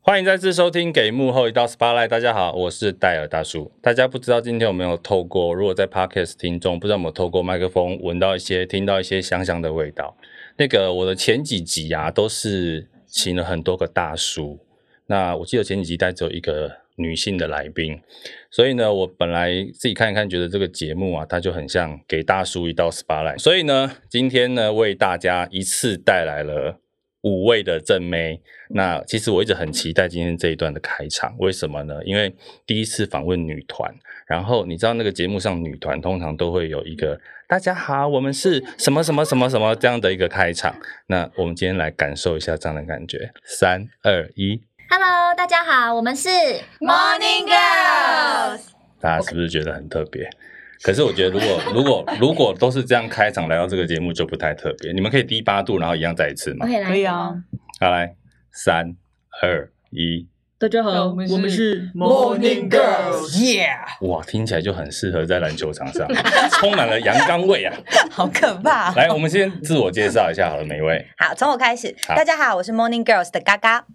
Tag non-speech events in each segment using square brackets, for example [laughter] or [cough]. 欢迎再次收听《给幕后一道 spotlight》。大家好，我是戴尔大叔。大家不知道今天有没有透过，如果在 podcast 听众不知道有没有透过麦克风闻到一些、听到一些香香的味道。那个我的前几集啊，都是请了很多个大叔。那我记得前几集带只有一个女性的来宾，所以呢，我本来自己看一看，觉得这个节目啊，它就很像给大叔一道 spotlight。所以呢，今天呢，为大家一次带来了。五位的正妹，那其实我一直很期待今天这一段的开场，为什么呢？因为第一次访问女团，然后你知道那个节目上女团通常都会有一个“大家好，我们是什么什么什么什么”这样的一个开场。那我们今天来感受一下这样的感觉。三二一， Hello，大家好，我们是 Morning Girls 大家是不是觉得很特别？可是我觉得如果如果如果都是这样开场来到这个节目就不太特别。你们可以低八度，然后一样再一次吗我？也来，可以啊，好，来，三二一。大家好，我我们们是是 Morning Girls Yeah，哇，听起来就很适合在篮球场上， [laughs] 充满了阳刚味 [laughs] 啊！好可怕、来，我们先自我介绍一下好了，每位。好，从我开始。好大家好，我是 Morning Girls 的嘎嘎。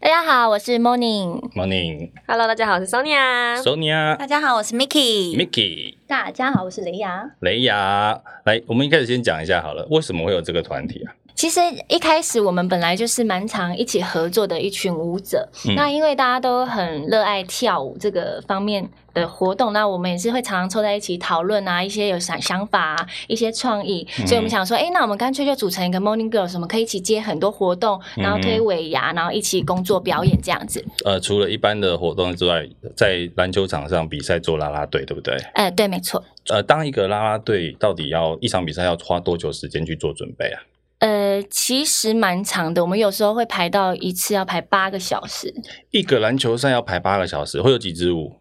大家好，我是 Morning， Morning， Hello，大家好，我是 Sonia。 Sonia、大家好，我是 Mickey。 Mickey、大家好，我是雷雅。雷雅。来，我们一开始先讲一下好了，为什么会有这个团体啊？其实一开始我们本来就是蛮常一起合作的一群舞者，嗯那因为大家都很热爱跳舞这个方面的活动，那我们也是会常常凑在一起讨论啊，一些有想想法啊，一些创意，嗯所以我们想说，哎、那我们干脆就组成一个 Morning Girls，我们可以一起接很多活动，然后推嗯尾牙，然后一起工作表演这样子。呃，除了一般的活动之外，在篮球场上比赛做啦啦队，对不对？呃，对，没错。呃，当一个啦啦队到底要一场比赛要花多久时间去做准备啊？呃，其实蛮长的，我们有时候会排到一次要排八个小时。一个篮球赛要排八个小时，会有几支舞？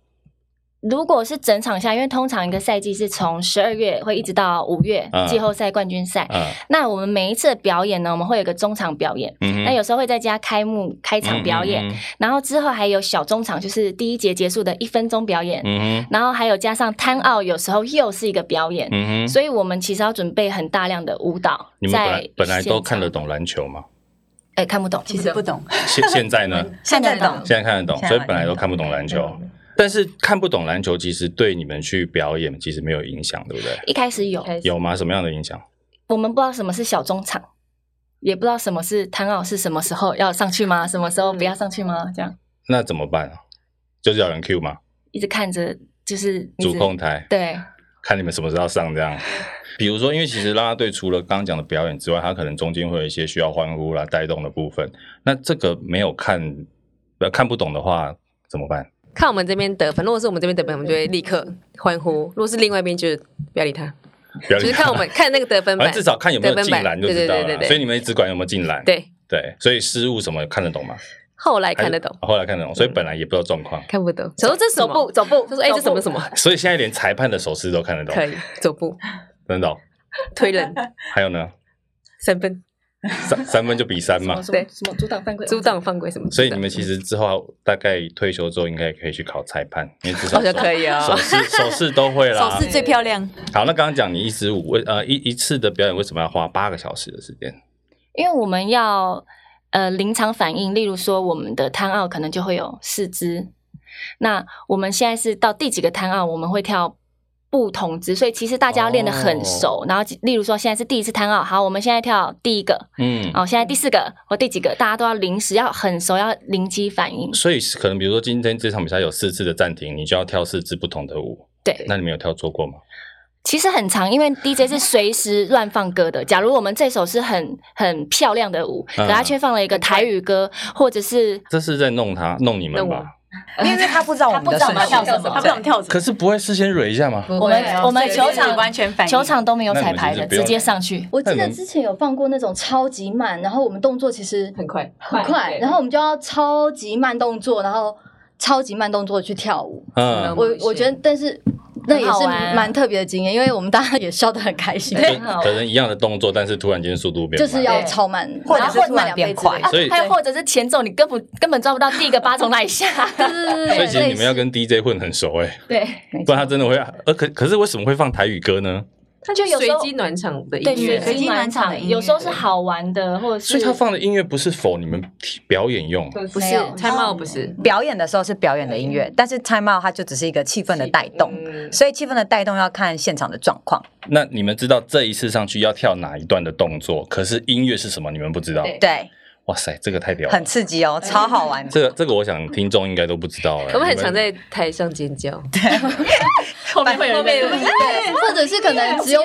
如果是整场下，因为通常一个赛季是从十二月会一直到五月、嗯季后赛、冠军赛。啊，那我们每一次的表演呢，我们会有一个中场表演，嗯哼嗯那有时候会再加开幕、开哎场表演，，然后之后还有小中场，就是第一节结束的一分钟表演，嗯哼，然后还有加上摊奥，有时候又是一个表演。嗯哼，所以我们其实要准备很大量的舞蹈，你们本在来本来都现看场得，懂篮球吗？哎、看不懂，其实不懂，现 [laughs] 现在呢？现在懂。现在看得懂，现所在以本来都看不懂篮球。但是看不懂篮球，其实对你们去表演其实没有影响，对不对？一开始有，开始有吗？什么样的影响？我们不知道什么是小中场，也不知道什么是摊奥，是什么时候要上去吗？什么时候不要上去吗？这样那怎么办啊？就是要有人 Q 嘛，一直看着，就是一直主控台对，看你们什么时候上这样。比如说，因为其实啦啦队除了刚刚讲的表演之外，它可能中间会有一些需要欢呼啦、带动的部分。那这个没有看呃看不懂的话怎么办？看我们这边得分，如果是我们这边得分，我们就会立刻欢呼；如果是另外一边，就是不要理他，不要就是看 [laughs] 我们看那个得分反板，正至少看有没有进篮就对知对道对对了。对，所以你们只管有没有进篮，对对，所以失误什么看得懂吗？后来看得懂，还嗯哦是后来看得懂，所以本来也不知道状况，看不懂。想说这是什么？走步他说哎，这什么什么？所以现在连裁判的手势都看得懂，可以走步真的哦。推 [laughs] 人还有呢，三分， [laughs] 三三分就比三嘛，对什么阻挡犯规阻挡犯规什么之所类以的？你们其实之后大概退休之后，应该可以去考裁判，因为至少好像手可以手哦。 [laughs] 势手势都会啊啦手。势最漂亮，好，那刚刚讲你一支舞为呃一一次的表演为什么要花八个小时的时间？因为我们要呃临场反应，例如说我们的摊奥可能就会有四肢，那我们现在是到第几个摊奥，我们会跳。不同支，所以其实大家要练得哦很熟。然后，例如说现在是第一次摊奥，好，我们现在跳第一个，嗯，哦，现在第四个或第几个，大家都要临时要很熟，要临机反应。所以是可能比如说今天这场比赛有四次的暂停，你就要跳四支不同的舞。对那你们有跳错过吗？其实很长，因为 DJ 是随时乱放歌的。假如我们这首是很很漂亮的舞，嗯可他却放了一个台语歌，或者是这是在弄他弄你们弄吧？因为他不知道我们的他不顺知道序跳什么对跳什可是不会事先蕊一下吗？我们啊我们球所以场就是完全反应球场都没有彩那排的，你们就是不用直接上去。我那记你得们之前有放过那种超级慢，然后我们动作其实很快，很快，然后我们就要超级慢动作，然后超级慢动作去跳舞。嗯，我我觉得，但是那也很好是玩蛮特别的经验，因为我们大家也笑得很开心，就可能一样的动作，但是突然间速度变 [laughs] 就慢，是要超慢，或然者后是突慢然两倍变之类快的。所以还有或者是前奏，你根本根本抓不到第一个八从哪里下。对对对所以对，其实你类们似要跟 DJ 混很熟哎、对，没不错然他真的会。呃，可可是为什么会放台语歌呢？它就有随时候机暖场的音对，乐，随随机机暖暖场场的音乐有时候是好玩的，或者所是以他放的音乐不是否你们表演用，不是没有 time out 不是表演的时候是表演的音乐，但是 time out 它就只是一个气氛的带动，嗯所以气氛的带动要看现场的状况。那你们知道这一次上去要跳哪一段的动作，可是音乐是什么你们不知道。对对，哇塞，这个太屌了很！刺激哦，超好玩。这个这个，我想听众应该都不知道了。我们很你常在台上尖叫， [laughs] 后面会有人在对，或者是可能只有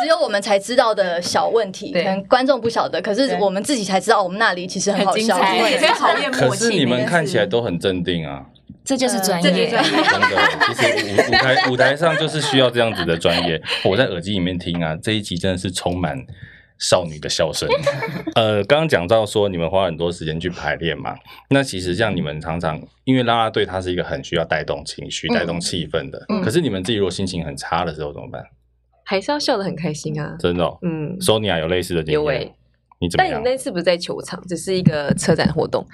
只有我们才知道的小问题，可对能观众不晓得，可是对我们自己才知道，我们那里其实很好笑。很精彩对对考验可是你们看起来都很镇定啊，这就是专这就是业专。业真的。其实舞舞台舞台上就是需要这样子的专 [laughs] 业。我在耳机里面听啊，这一集真的是充满少女的笑 [laughs] 声。呃，刚刚讲到说你们花很多时间去排练嘛，那其实像你们常常因为啦啦队它是一个很需要带动情绪、带动气氛的，嗯可是你们自己如果心情很差的时候怎么办？还是要笑得很开心啊。真的、哦，嗯，索尼娅有类似的经有验，欸你怎么但你样？那次不是在球场，只是一个车展活动，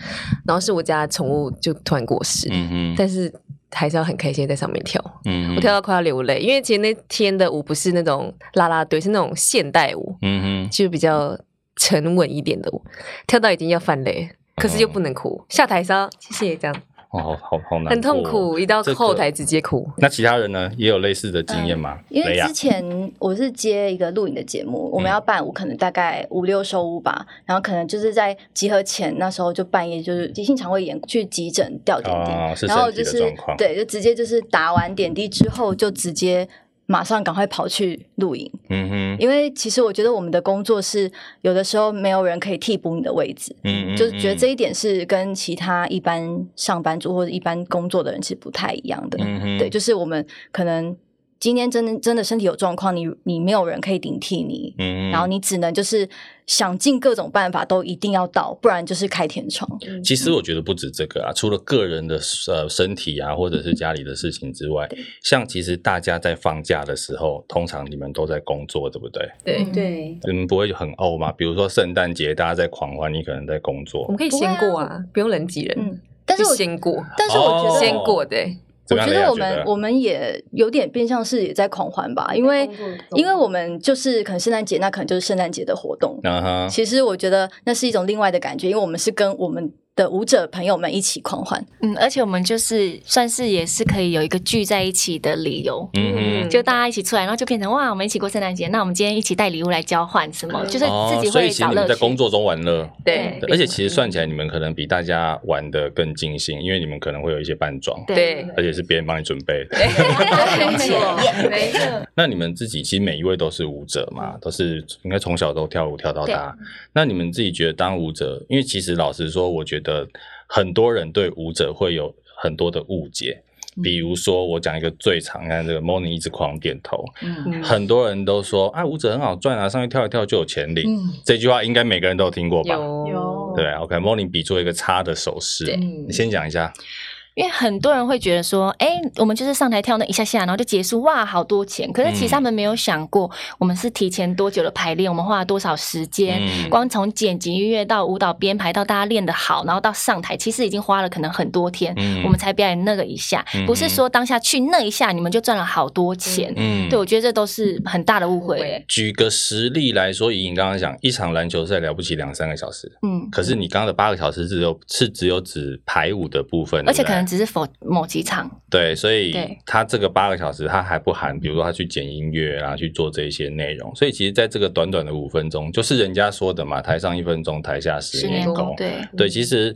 然后是我家宠物就突然过世，嗯哼，但是还是要很开心地在上面跳。嗯哼我跳，到快要流泪，因为其实那天的舞不是那种啦啦队，是那种现代舞，嗯就比较沉稳一点的舞，跳到已经要泛泪，可哦是又不能哭，下台上谢谢这样，哼，哦，好好好难，很痛苦，。一到这个后台直接哭。那其他人呢，也有类似的经验吗？嗯因雷为亚嗯之前我是接一个录影的节目，我们要办舞，可能大概五六收屋吧，然后可能就是在集合前那时候就半夜就是急性肠胃炎去急诊吊点滴，哦是然后身体就的是状况对，就直接就是打完点滴之后就直接马上赶快跑去录影，嗯哼，因为其实我觉得我们的工作是有的时候没有人可以替补你的位置，嗯嗯就是觉得这一一点是跟其他一般上班族或者一般工作的人是不太一样的。嗯哼对，就是我们可能今天真的真的身体有状况，你你没有人可以顶替你，嗯然后你只能就是想尽各种办法都一定要到，不然就是开天窗。其实我觉得不止这个啊，除了个人的呃身体啊，或嗯者是家里的事情之外，像其实大家在放假的时候，通常你们都在工作，对不对？对嗯对，你们不会很怄吗？比如说圣诞节大家在狂欢，你可能在工我作们，可以先过啊，不用人挤人，嗯，但是就我先过，但是我觉哦得先过对，怎我么样觉雷亚得我们我们也有点变相是也在狂欢吧，因为因为我们就是可能圣诞节，那可能就是圣诞节的活动。啊哈，其实我觉得那是一种另外的感觉，因为我们是跟我们的舞者朋友们一起狂欢。嗯，而且我们就是算是也是可以有一个聚在一起的理由。嗯哼。就大家一起出来，然后就变成哇，我们一起过圣诞节，那我们今天一起带礼物来交换什么，嗯就是哦自，己所以会其实找你乐们趣。在工作中玩乐，对对而且嗯其实算起来，你们可能比大家玩的更尽兴，因为你们可能会有一些扮装，对，而且是别人帮你准备的。 [laughs] 没错，没错，那你们自己其实每一位都是舞者嘛，都是应该从小都跳舞跳到大。那你们自己觉得当舞者，因为其实老实说，我觉得很多人对舞者会有很多的误解。比如说，我讲一个最常看这个 Moni 一直狂点头，嗯很多人都说啊，舞者很好赚啊，上去跳一跳就有钱领。这句话应该每个人都有听过吧？有对，OK，Moni 比出一个叉的手势，你先讲一下。因为很多人会觉得说，哎、我们就是上台跳那一下下，然后就结束，哇，好多钱。可是其实他嗯们没有想过，我们是提前多久的排练，我们花了多少时间，嗯光从剪辑、音乐到舞蹈编排，到大家练得好，然后到上台，其实已经花了可能很多天，嗯我们才表演那个一下，嗯不是说当下去那一下你们就赚了好多钱。嗯对，我觉得这都是很大的误会、对举个实例来说，以你刚刚讲，一场篮球赛了不起两三个小时，嗯，可是你刚刚的八个小时只有是只有指排舞的部分，而且可能对不只是否某几场，对，对所以对他这个八个小时他还不含，比如说他去剪音乐啊，去做这一些内容，所以其实在这个短短的五分钟，就是人家说的嘛，台上一分钟，台下十十年年功功功，，对，对，其实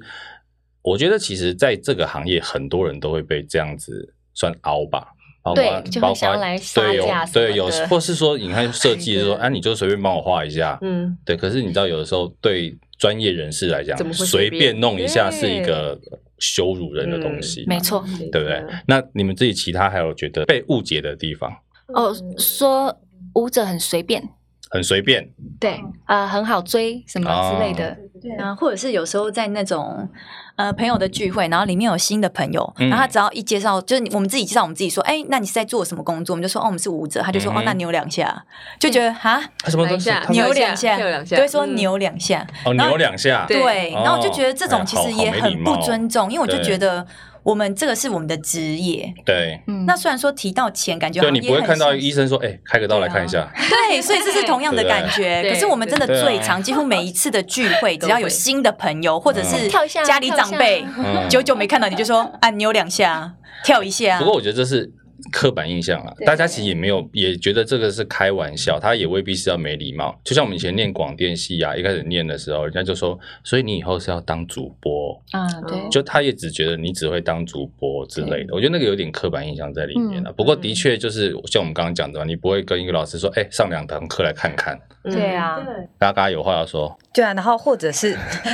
我觉得其实在这个行业，很多人都会被这样子算凹吧。包括对就会包括想要来杀对有价什对么有，的或是说你看设计说，对哎、你就随便帮我画一下，嗯，对，可是你知道，有的时候对专业人士来讲怎，么会随随便便弄一下是一个羞辱人的东西嘛，没错。对不对？那你们自己其他还有觉得被误解的地方，哦，说舞者很随便，很随便，对，啊，很好追什么之类的，对啊，或者是有时候在那种呃朋友的聚会，然后里面有新的朋友，嗯然后他只要一介绍，就是我们自己介绍我们自己说，哎，那你是在做什么工作？我们就说哦，我们是舞者，他就说、嗯哼哦，那扭两下，就觉得哈，啊什么东等一西？下啊他你们有扭两下，跳两下就会说嗯扭两下，哦，然后扭两下，对对，然后我就觉得这哎种其好实好也没礼很不貌尊重，因为我就对觉得我们这个是我们的职业。对，嗯那虽然说提到钱，感觉对好像你不会也很看到像医生说，哎，开个刀来看一下，对，所以这是同样的感觉。对可是我们真的对啊最常，几乎每一次的聚会，只要有新的朋友或者是跳一下家里长辈跳一， [laughs] 嗯久久没看到你 [laughs] 就说啊扭两下，跳一下不。过我觉得这是刻板印象了，对大家其实也没有也觉得这个是开玩笑，他也未必是要没礼貌。就像我们以前念广电系啊，一开始念的时候，人家就说，所以你以后是要当主播，嗯啊，对，就他也只觉得你只会当主播之类的。我觉得那个有点刻板印象在里面了。嗯不过的确就是像我们刚刚讲的嘛，你不会跟一个老师说，哎、上两堂课来看看，嗯对啊，大家有话要说，对啊，然后或者是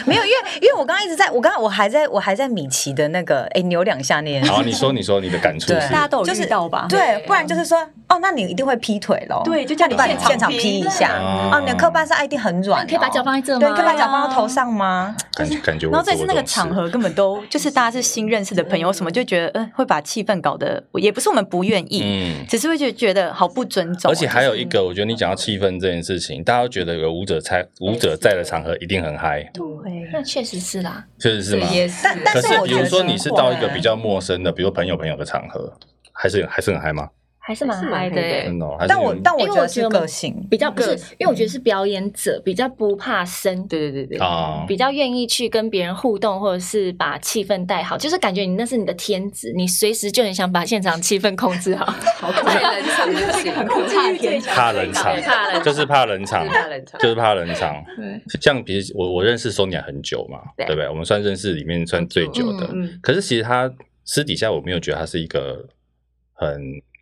没有，因为因为我刚刚一直在我刚刚我还在我还在米奇的那个哎扭两下那件事好，你说你说你的感触对是大家都有遇到吧？对，不然就是说，哦，那你一定会劈腿喽？对就叫你那帮你现现场场劈劈一下。哦哦，你的课半上一定很软哦，可以把脚放在这吗？对，你可以把脚放到头上吗？感觉感觉我然后这做次过那个种事场合根本都就是大家是新认识的朋友，什么就觉得嗯、会把气氛搞得也不是我们不愿意，嗯。只是会觉得觉得好不尊重。啊而且还有一个，我觉得你讲到气氛这件事情，大家都觉得有舞者在舞者在的场合一定很嗨，对，那确实是啦，确实是吗？但但可是我比觉如得说你是到一个比较陌生的，比如朋友朋友的场合，还是还是很嗨吗？还是蛮还是蛮嗨嗨的的欸真的哦，还是但我有但我因为觉我得觉是得个性，比较不是个，因为我觉得是表演者比较不怕生，对对对对，啊比较愿意去跟别人互动，或者是把气氛带好，就是感觉你那是你的天职，你随时就很想把现场气氛控制 [laughs] 好。好可爱，冷场就行，怕天怕冷场对怕冷，[laughs] 场就是怕冷场就是，怕冷场就是怕冷场。对，像比如我我认识 Sonia 很久嘛，对对不对？我们算认识里面算最久的，嗯，可是其实他私底下我没有觉得他是一个很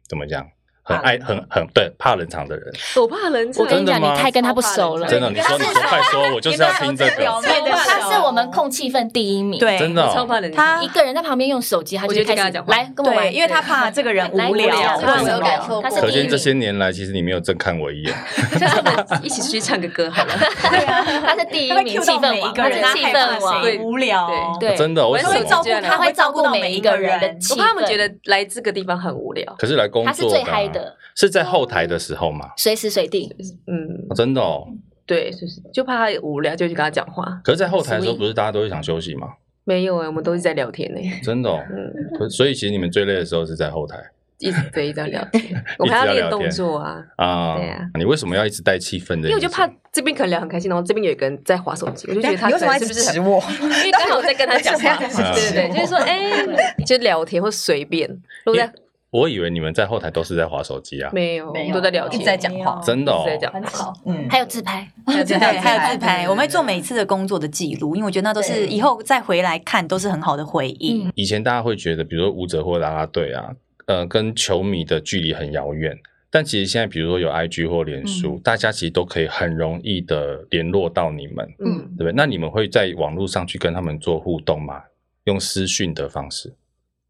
怎么讲，很怕爱冷很很对怕冷场的人。我怕冷场，我跟你真的讲，你吗太跟他不熟了， [laughs] 真的，你说你说快说，我就是要听这个。面的他是我们控。控气氛第一名。对，真的哦我超怕冷场，他一个人在旁边用手机，他我就开跟他始讲话来跟我对，玩，因为他怕这个人来无聊，无聊或我者有感受他是过可第一见名这些年来，其实你没有正看我一眼。下次我们一起去唱个歌好了，对啊，他是第一会名 cue 气到氛每一王，个他是人，他气害怕氛谁王，对无聊，对哦真的，我我会照顾他会照顾每一个人的我气怕他们氛，觉得来这个地方很无聊，可是来工他作是最的啊嗨的，是在后台的时候嘛？随时随地。嗯哦，真的哦。对，就是就怕他无聊，就去跟他讲话。可是，在后台的时候， Sweet 不是大家都会想休息吗？没有哎、我们都是在聊天呢、 [laughs] 真的哦。嗯，可所以，其实你们最累的时候是在后台一直对一直在聊天，我们还要练动作啊，啊。对啊你为什么要一直带气氛的？因为我就怕这边可能聊很开心，然后这边有一个人在划手机，我就觉得他你为什么要可一能直是不是指很？我？因为刚好在跟他讲话，为什么要一对直指对我对，就是说哎、就聊天或随便，如果在我以为你们在后台都是在划手机啊。没有，没有我们都在聊一天，直在讲话，真的哦一。直在讲话，吵，嗯，还有自拍，还有对，在还有还自有拍自拍，我们会做每一次的工作的记录，因为我觉得那都是对以后再回来看都是很好的回忆。嗯，以前大家会觉得，比如说舞者或啦啦队啊，呃，跟球迷的距离很遥远。但其实现在，比如说有 IG 或脸书，嗯大家其实都可以很容易的联络到你们，嗯对，不对？那你们会在网络上去跟他们做互动吗？用私讯的方式，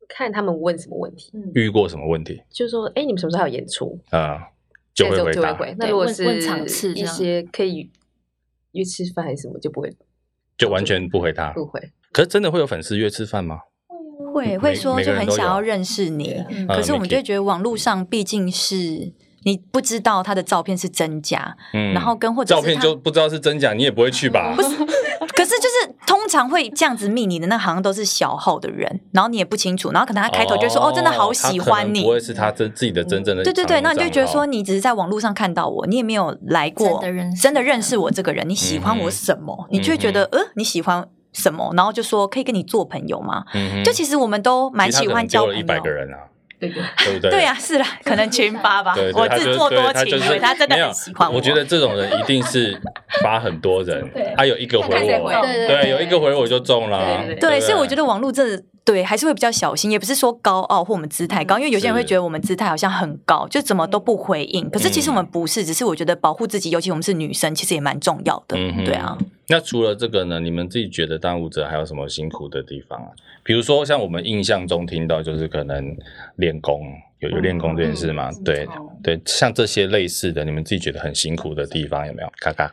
看他们问什么问题，遇过什么问题就说哎、你们什么时候还有演出？啊、就那会回就会答，回。那对如果问是问场次这一样些可以约吃饭还是什么，就不会就完全不回答。不会。可是真的会有粉丝约吃饭吗？会每会说每个就人很都想有要认识啊你，呃可是我们 Mickey 就会觉得网络上毕竟是你不知道他的照片是真假，嗯然后跟或者照是片他就不知道是真假，你也不会去吧？可是就是通常会这样子密你的，那好像都是小号的人，然后你也不清楚，然后可能他开头就说哦，真的好喜他可欢能你不，会是他真自己的真正的对对对，常用那你就觉账得号说你只是在网络上看到我，你也没有来过真的认识真的认识我这个人，你喜欢嗯我什么，你就会觉得呃你喜欢什么，然后就说可以跟你做朋友吗？嗯哼就其实我们都蛮喜欢交朋一友。百个人啊，对对，对不对？对啊，是啦，可能群发吧对。对我他就自作多对情，就是以为他真的没有很喜欢我觉得这种人一定是发很多人对，他有一个回看谁回我，对对，有一个回我就中啊了。对对对，所以我觉得网络真的对还是会比较小心，也不是说高傲或我们姿态嗯高，因为有些人会觉得我们姿态好像很高，就怎么都不回应。嗯可是其实我们不是，只是我觉得保护自己，尤其我们是女生，其实也蛮重要的嗯哼。对啊，那除了这个呢，你们自己觉得当舞者还有什么辛苦的地方啊？比如说像我们印象中听到就是可能练功，有有练功这件事嘛？嗯对对，像这些类似的，你们自己觉得很辛苦的地方有没有？咔咔，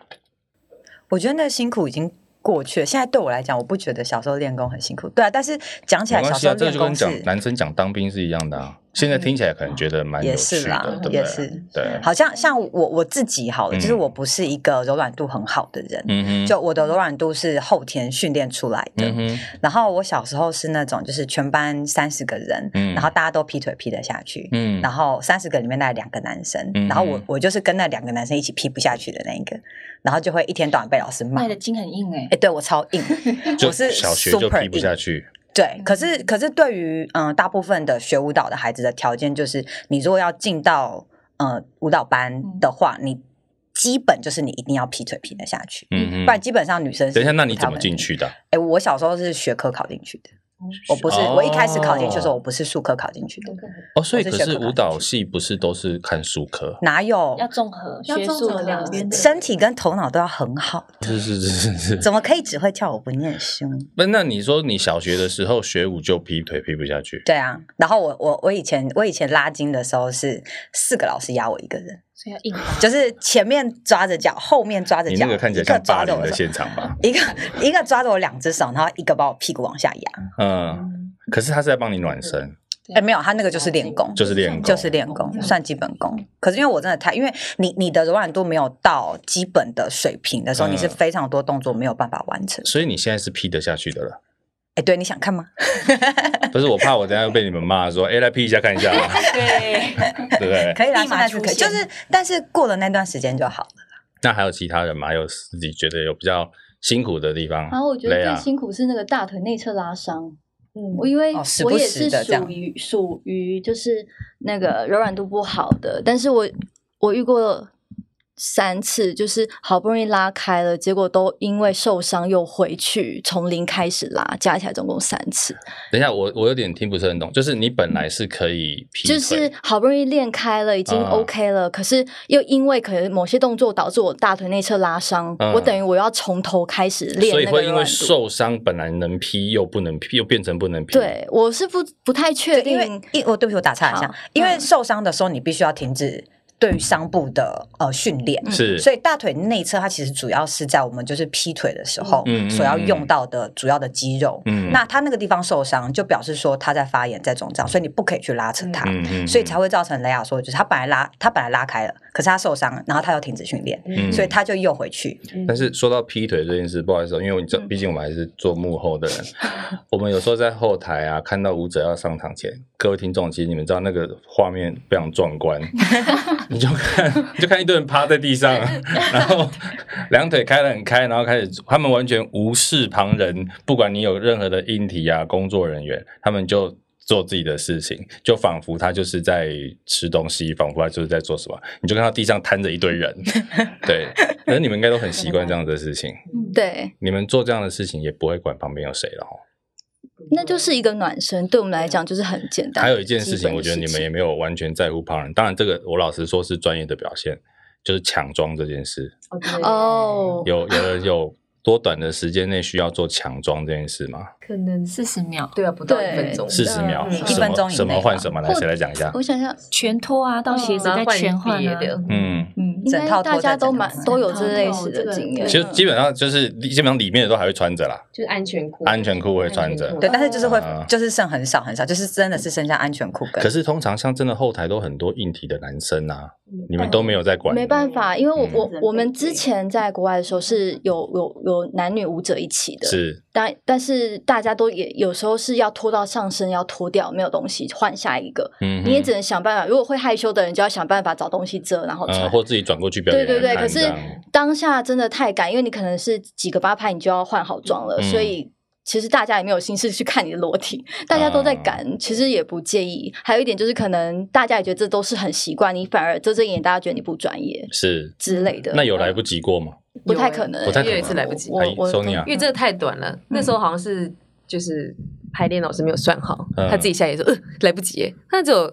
我觉得那个辛苦已经过去了。现在对我来讲，我不觉得小时候练功很辛苦，对啊。但是讲起来，没小关时系候啊，这练就跟功是讲男生讲当兵是一样的啊。现在听起来可能觉得蛮有也趣是啦的，对不也对是？对，好像像我我自己好了，嗯就是我不是一个柔软度很好的人，嗯哼，就我的柔软度是后天训练出来的。嗯哼，然后我小时候是那种，就是全班三十个人，嗯然后大家都劈腿劈得下去，嗯，然后三十个里面大概两个男生，嗯然后我嗯我就是跟那两个男生一起劈不下去的那一个，然后就会一天到晚被老师骂卖。的筋很硬哎、哎，对我超硬，就我是小学就 super 批不下硬去，对，可是可是对于嗯、呃大部分的学舞蹈的孩子的条件就是，你如果要进到呃舞蹈班的话，你基本就是你一定要劈腿劈得下去，嗯哼不然基本上女生是等一下，那不你太怎么会进？去的？哎，我小时候是学科考进去的，我不啊是我一开始考进去的时候，我不是数科考进去的，哦，所以可我是学是科舞班蹈进系不是都是看数科？哪有要综合要学综术合的两边的身体跟头脑都要很好的，是是是是 [laughs] 是。怎么可以只会跳舞不念书？那那你说你小学的时候学舞就劈腿劈不下去？对啊，然后我我我以前我以前拉筋的时候是四个老师压我一个人。所以要硬吧。就是前面抓着脚，后面抓着你脚，那个看起来一个像霸抓着凌我的手现场 [laughs] 吧？一个一个抓着我两只手，然后一个把我屁股往下压。嗯，可是他是在帮你暖身，哎，没有，他那个就是练功，就是练功，就是练功，算基本功。可是因为我真的太，因为你你的柔软度没有到基本的水平的时候，嗯你是非常多动作没有办法完成。所以你现在是劈得下去的了。哎，对，你想看吗？不是我怕我等一下被你们骂说，哎，来劈一下看一下 [laughs] 啊，对，对不对？可以啦，立现马在是可以，出现就是但是过了那段时间就好了。那还有其他人吗？有自己觉得有比较辛苦的地方？然后我觉累得啊最辛苦是那个大腿内侧拉伤。嗯，我因为哦时我不也时是的这样属于属于就是那个柔软度不好的，但是我我遇过三次，就是好不容易拉开了，结果都因为受伤又回去从零开始拉，加起来总共三次，等一下，我我有点听不是很懂，就是你本来是可以劈腿，就是好不容易练开了，已经啊 OK 了，可是又因为可能某些动作导致我大腿内侧拉伤，嗯我等于我要从头开始练所以那个会因柔为软度。受伤本来能劈又不能劈，又变成不能劈。，对，我是不不太确对因为定，因我对不起，我打岔一下好，因为嗯受伤的时候你必须要停止对于伤部的呃训练，是，所以大腿内侧它其实主要是在我们就是劈腿的时候嗯嗯所要用到的主要的肌肉。嗯那它那个地方受伤，就表示说它在发炎、在肿胀，所以你不可以去拉扯它，嗯嗯所以才会造成雷亚说，就是他本来拉，他本来拉开了，可是他受伤，然后他又停止训练，嗯所以他就又回去。但是说到劈腿这件事，不好意思哦，因为你知道，毕竟我们还是做幕后的人，我们有时候在后台啊，看到舞者要上场前，各位听众，其实你们知道那个画面非常壮观，你就看你就看一堆人趴在地上，然后两腿开得很开，然后开始他们完全无视旁人，不管你有任何的硬体啊，工作人员，他们就。做自己的事情，就仿佛他就是在吃东西，仿佛他就是在做什么。你就看到地上摊着一堆人，对，可是你们应该都很习惯这样的事情，对，你们做这样的事情也不会管旁边有谁了哦。那就是一个暖身，对我们啊来讲就是很简单。还有一件事基情，本的我觉得你们也没有完全在乎旁人。当然，这个我老实说是专业的表现，就是抢妆这件事。哦，有有人有多短的时间内需要做抢妆这件事吗？可能是四十秒对啊，不到一对分钟，四十秒，嗯什么一分钟以内吧什么换什么来，或谁来讲一下？我想想，嗯全脱啊，到鞋子然再后换全换别啊。的，嗯，嗯应整该套大脱家在都整蛮套哦都有这类套似这的个经验。其实基嗯本上就是基本上里面的都还会穿着啦，就是安全裤，安全裤会穿着安全裤对，但是就是会啊，就是剩很少很少，就是真的是剩下安全裤跟可。是通常像真的后台都很多硬体的男生啊，你们都没有在管，嗯没办法，因为我我嗯我们之前在国外的时候是有有有男女舞者一起的，是但但是大家都也有时候是要脱到上身要脱掉，没有东西换下一个，嗯哼你也只能想办法。如果会害羞的人，就要想办法找东西遮，然后穿。呃，或自己转过去表演对对给对，人看。可是这样哦当下真的太赶，因为你可能是几个八拍，你就要换好妆了，嗯所以其实大家也没有心思去看你的裸体，大家都啊在赶，其实也不介意。还有一点就是，可能大家也觉得这都是很习惯，你反而遮遮掩掩，大家觉得你不专业是之类的。那有来嗯不及过吗？不太可能，不太可能有一次来不及我哎我索尼娅因为真的太短了，那时候好像是就是排练老师没有算好，嗯他自己下来也说呃来不及耶，那就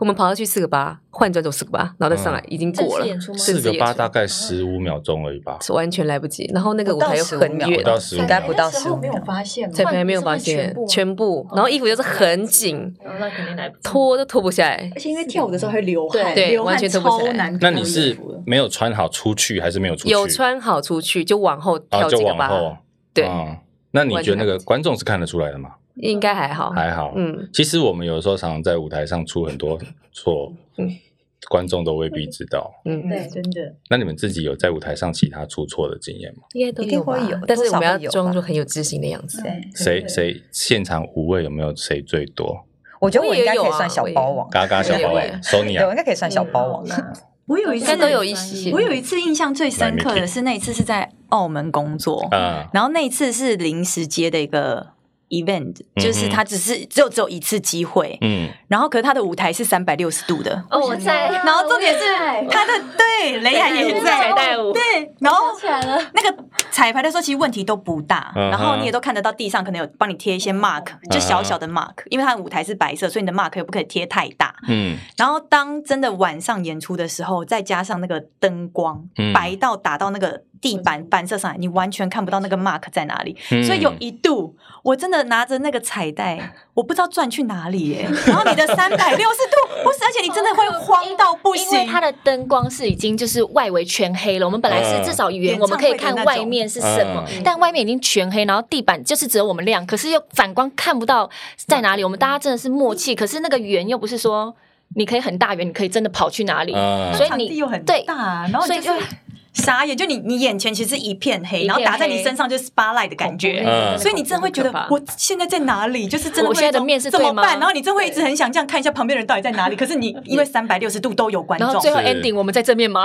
我们跑到去四个八换转走四个八，然后再上来已经过正了式演出吗嗯四正式个演八出大概十五秒钟而已吧，完全来不及，然后那个舞台又很不到15秒远不，到十五应该不秒。到十五秒。发现吗彩排没有发现全部，然后衣服就是很紧，哦那肯定来不及。脱都脱不下来而，且因为跳舞的时候会流汗，对流汗完全脱不起来超难脱那你衣是服的没有穿好出去，还是没有出去？有穿好出去就往后啊，跳就几个往八，后。对，嗯那你觉得那完全来个不及观众是看得出来的吗？应该还好，还好。嗯，其实我们有时候常常在舞台上出很多错嗯，观众都未必知道。嗯，对，真的，那你们自己有在舞台上其他出错的经验吗？应该都一定有吧会有但多是我少们要会有装吧嗯作很有自信的样子。对，谁谁现场五位有没有谁最多？我觉得我应该可我以也有啊算小我也有嗯包王，嘎嘎小宝我宝也会对，我 Sonia 应该可以算小包王。我有一应次该都有一些我有一次印象最深刻的是那一次是在澳门工作，啊，然后那一次是临时接的一个 event，嗯哼就是他只是只有只有一次机会，嗯，然后可是他的舞台是三百六十度的，哦，我在然后重点是他的对雷雅也彩在，哦带舞，对，然后起来了，那个彩排的时候其实问题都不大，嗯哼嗯然后你也都看得到地上可能有帮你贴一些 mark，就小小的 mark，因为它的舞台是白色，所以你的 mark 也不可以贴太大。嗯然后当真的晚上演出的时候，再加上那个灯光、嗯白到打到那个地嗯板反射上来，你完全看不到那个 mark 在哪里。嗯所以有一度，我真的拿着那个彩带，我不知道转去哪里耶、 [laughs] 然后你的三 [laughs] 百六十度，不是，而且你真的会慌到不因行。为它的灯光是已经就是外围全黑了，我们本来嗯是至少圆，演我们可以唱会的看那种外面是什么，嗯但外面已经全黑，然后地板就是只有我们亮，可是又反光看不到在哪里。我们大家真的是默契，可是那个圆又不是说你可以很大圆，你可以真的跑去哪里，啊所以场地你又很对大，然后所你以就是就傻眼，就你你眼前其实一片黑，一片然后打在你黑身上就是 spotlight 的感觉。嗯所以你真的会觉很得可怕我现在在哪里？就是真的会有我现在的一种面是怎对么吗办？然后你真的会一直很想这样看一下旁边人到底在哪里。可是 [laughs] 你因为三百六十度都有观然众，后最后是 ending 我们在正面吗？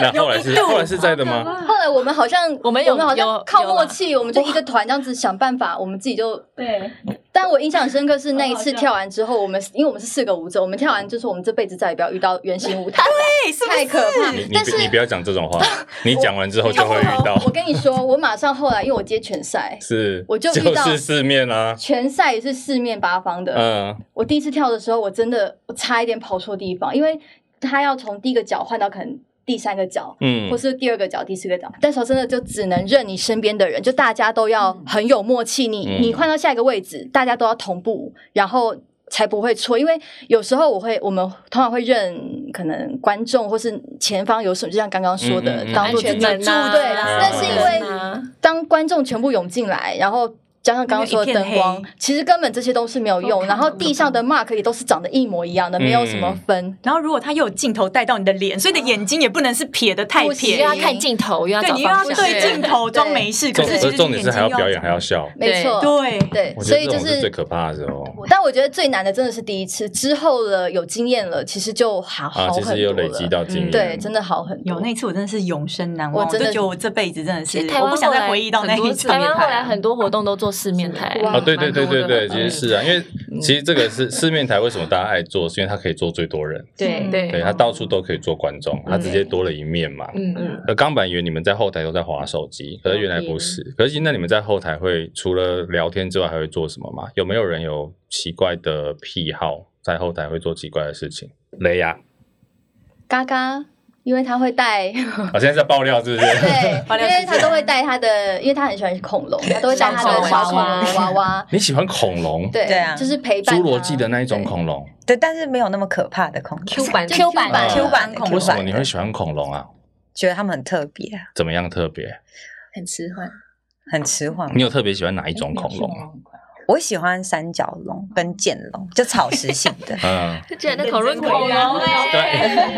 那后来是有一度后来是在的吗？后来我们好像我们有好有像靠有啦默契，我们就一个团这样子想办法，我们自己就对，但我印象很深刻是那一次跳完之后，我们因为我们是四个舞者，我们跳完就说我们这辈子再也不要遇到圆形舞台，对，是不太可怕你。你但不是你不要讲这种话，你讲完之后就会遇到我，跟你说，我马上后来因为我接拳赛，是我就遇到是四面啊，拳赛也是四面八方的。嗯我第一次跳的时候，我真的我差一点跑错地方，因为他要从第一个脚换到可能第三个脚，嗯或是第二个脚、第四个脚，但时候真的就只能认你身边的人，就大家都要很有默契。你、嗯你换到下一个位置，大家都要同步，然后才不会错。因为有时候我会，我们通常会认可能观众或是前方有什么，就像刚刚说的，嗯嗯嗯当做自己安全门啊对。嗯但是因安全门为啊当观众全部涌进来，然后。加上刚刚说的灯那个一光片，其实根本这些都是没有用，然后地上的 mark 也都是长得一模一样的，没有什么嗯分。然后如果他又有镜头带到你的脸，所以你的眼睛也不能是撇的太不又行撇要，看镜头，又要对找你又要方向，对镜头装对没事，可重是其实重点是还要眼睛表演还要笑，没错，对。对，我觉所得以这就种是最可怕的时候但我觉得最难的真的是第一次，之后了有经验了，其实就好好啊，其很多实了。有累积到经验，嗯对，真的好很多。有那次我真的是永生难我忘，我真的就觉得我这辈子真的其是实台我湾不想再回忆到那后来一很次多。台湾后来很多活动都做四面台，啊，对对对对对，蛮其多嗯的实是啊，因为其实这个是四面台，为什么大家爱做？是因为它可以坐最多人，嗯对对，对，啊它到处都可以坐观众，嗯它直接多了一面嘛。嗯嗯，而呃钢板员你们在后台都在划手机，可是原来不是。可是那你们在后台会除了聊天之外，还会做什么吗？有没有人有奇怪的癖好，在后台会做奇怪的事情？雷呀，嘎嘎，因为他 [laughs] 会带，啊，现在在爆料是不是？对，因为他都会带他的，因为他很喜欢恐龙，他都会带他的小小恐恐龙龙娃娃。 [laughs] 你喜欢恐龙？对，对啊就是陪伴侏他。罗纪的那一种对恐龙， [laughs] 对，但是没有那么可怕的恐龙 Q 版啊就 Q 版版的 Q 版的为 Q 什么版你的会，喜欢恐龙啊？觉得他们很特别啊，怎么样特别？很迟缓。很迟缓。你有特别喜欢哪一种 [laughs] 恐龙啊吗？。我喜欢三角龙跟剑龙，就草食性的 [laughs] 嗯，哎就居然在讨论恐龙哎，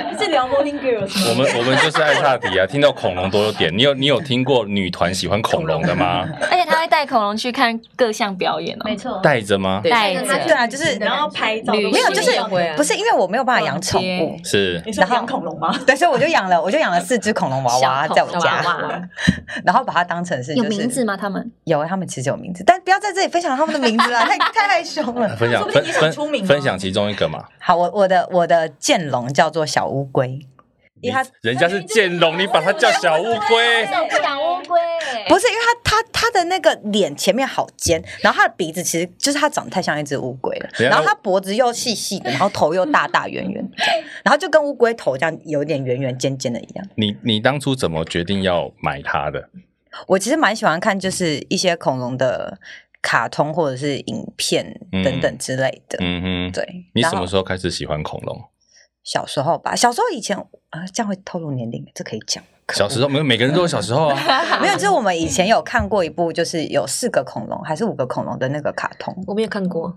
对对，是聊 Morning Girls 吗？嗯我们我们就是爱萨迪啊，听到恐龙都有点。你有你有听过女团喜欢恐龙的吗？ [laughs] 而且他会带恐龙去看各项表演哦，没错，带着吗？对带带着对着啊，就是然后拍照都旅没有行就是也会啊不是因为我没有办法养宠逛物街，是你说养恐龙吗？对，所以我就养了，我就养了四只恐龙娃娃在我嗯小恐龙娃家娃， [laughs] 然后把它当成是有就是名字吗？他们有，他们其实有名字，但不要在这里分享他们的名字啊，太 [laughs] 太害羞了。呃分享说不分定你很出名分哦分享其中一个 [laughs] 嘛？好，我我的我的剑龙叫做小乌龟，你因为它人家是剑龙，你把它叫小乌龟，养乌龟，不是因为它它它的那个脸前面好 [laughs] 尖，然后它的鼻子其实就是它长得太像一只乌龟了，等一下然后它脖子又细细的，然后头又大大圆圆的， [laughs] 然后就跟乌龟头这样有点圆圆尖尖的一样。你你当初怎么决定要买它的？我其实蛮喜欢看，就是一些恐龙的卡通或者是影片等等之类的。嗯哼，对，你然什后么时候开始喜欢恐龙？小时候吧，小时候以前啊，这样会透露年龄，这可以讲。小时候没有，每个人都有小时候 [laughs] 啊。没有，就是我们以前有看过一部，就是有四个恐龙还是五个恐龙的那个卡通，啊我没有看过，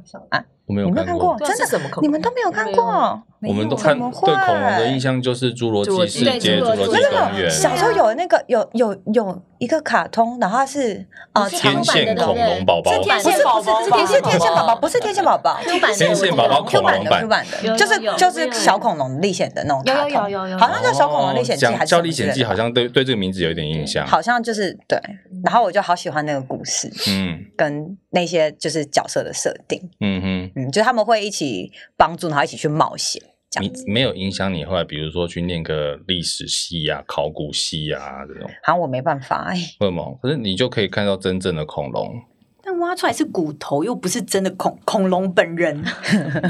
我没有你没看有看过？对啊真的是什么恐龙你们都没有看过？啊我们都看怎么会对恐龙的印象就是《侏罗侏罗纪纪世界》《对侏罗侏纪罗纪没有没公有，园》小时候啊有那个有有有一个卡通，然后它是哦呃是天线恐龙宝宝是》天不线是宝不是宝吧，不是天线宝宝，不是天线宝宝， Q 版的天线宝宝恐 Q 版龙的版 Q 版有的，就是有就是小恐龙历险的那种有卡有有通，有有，好像叫《小恐龙历险记》哦还是叫《什么历之险类记》，的好像对对这个名字有一点印象。好像就是对，嗯然后我就好喜欢那个故事嗯跟那些就是角色的设定，嗯哼，嗯，就他们会一起帮助，然后一起去冒险这你样子。没有影响你后来，比如说去念个历史系啊、考古系啊这种，好像我没办法哎，会吗？可是你就可以看到真正的恐龙， [laughs] 但挖出来是骨头，又不是真的恐恐龙本 [laughs] 人，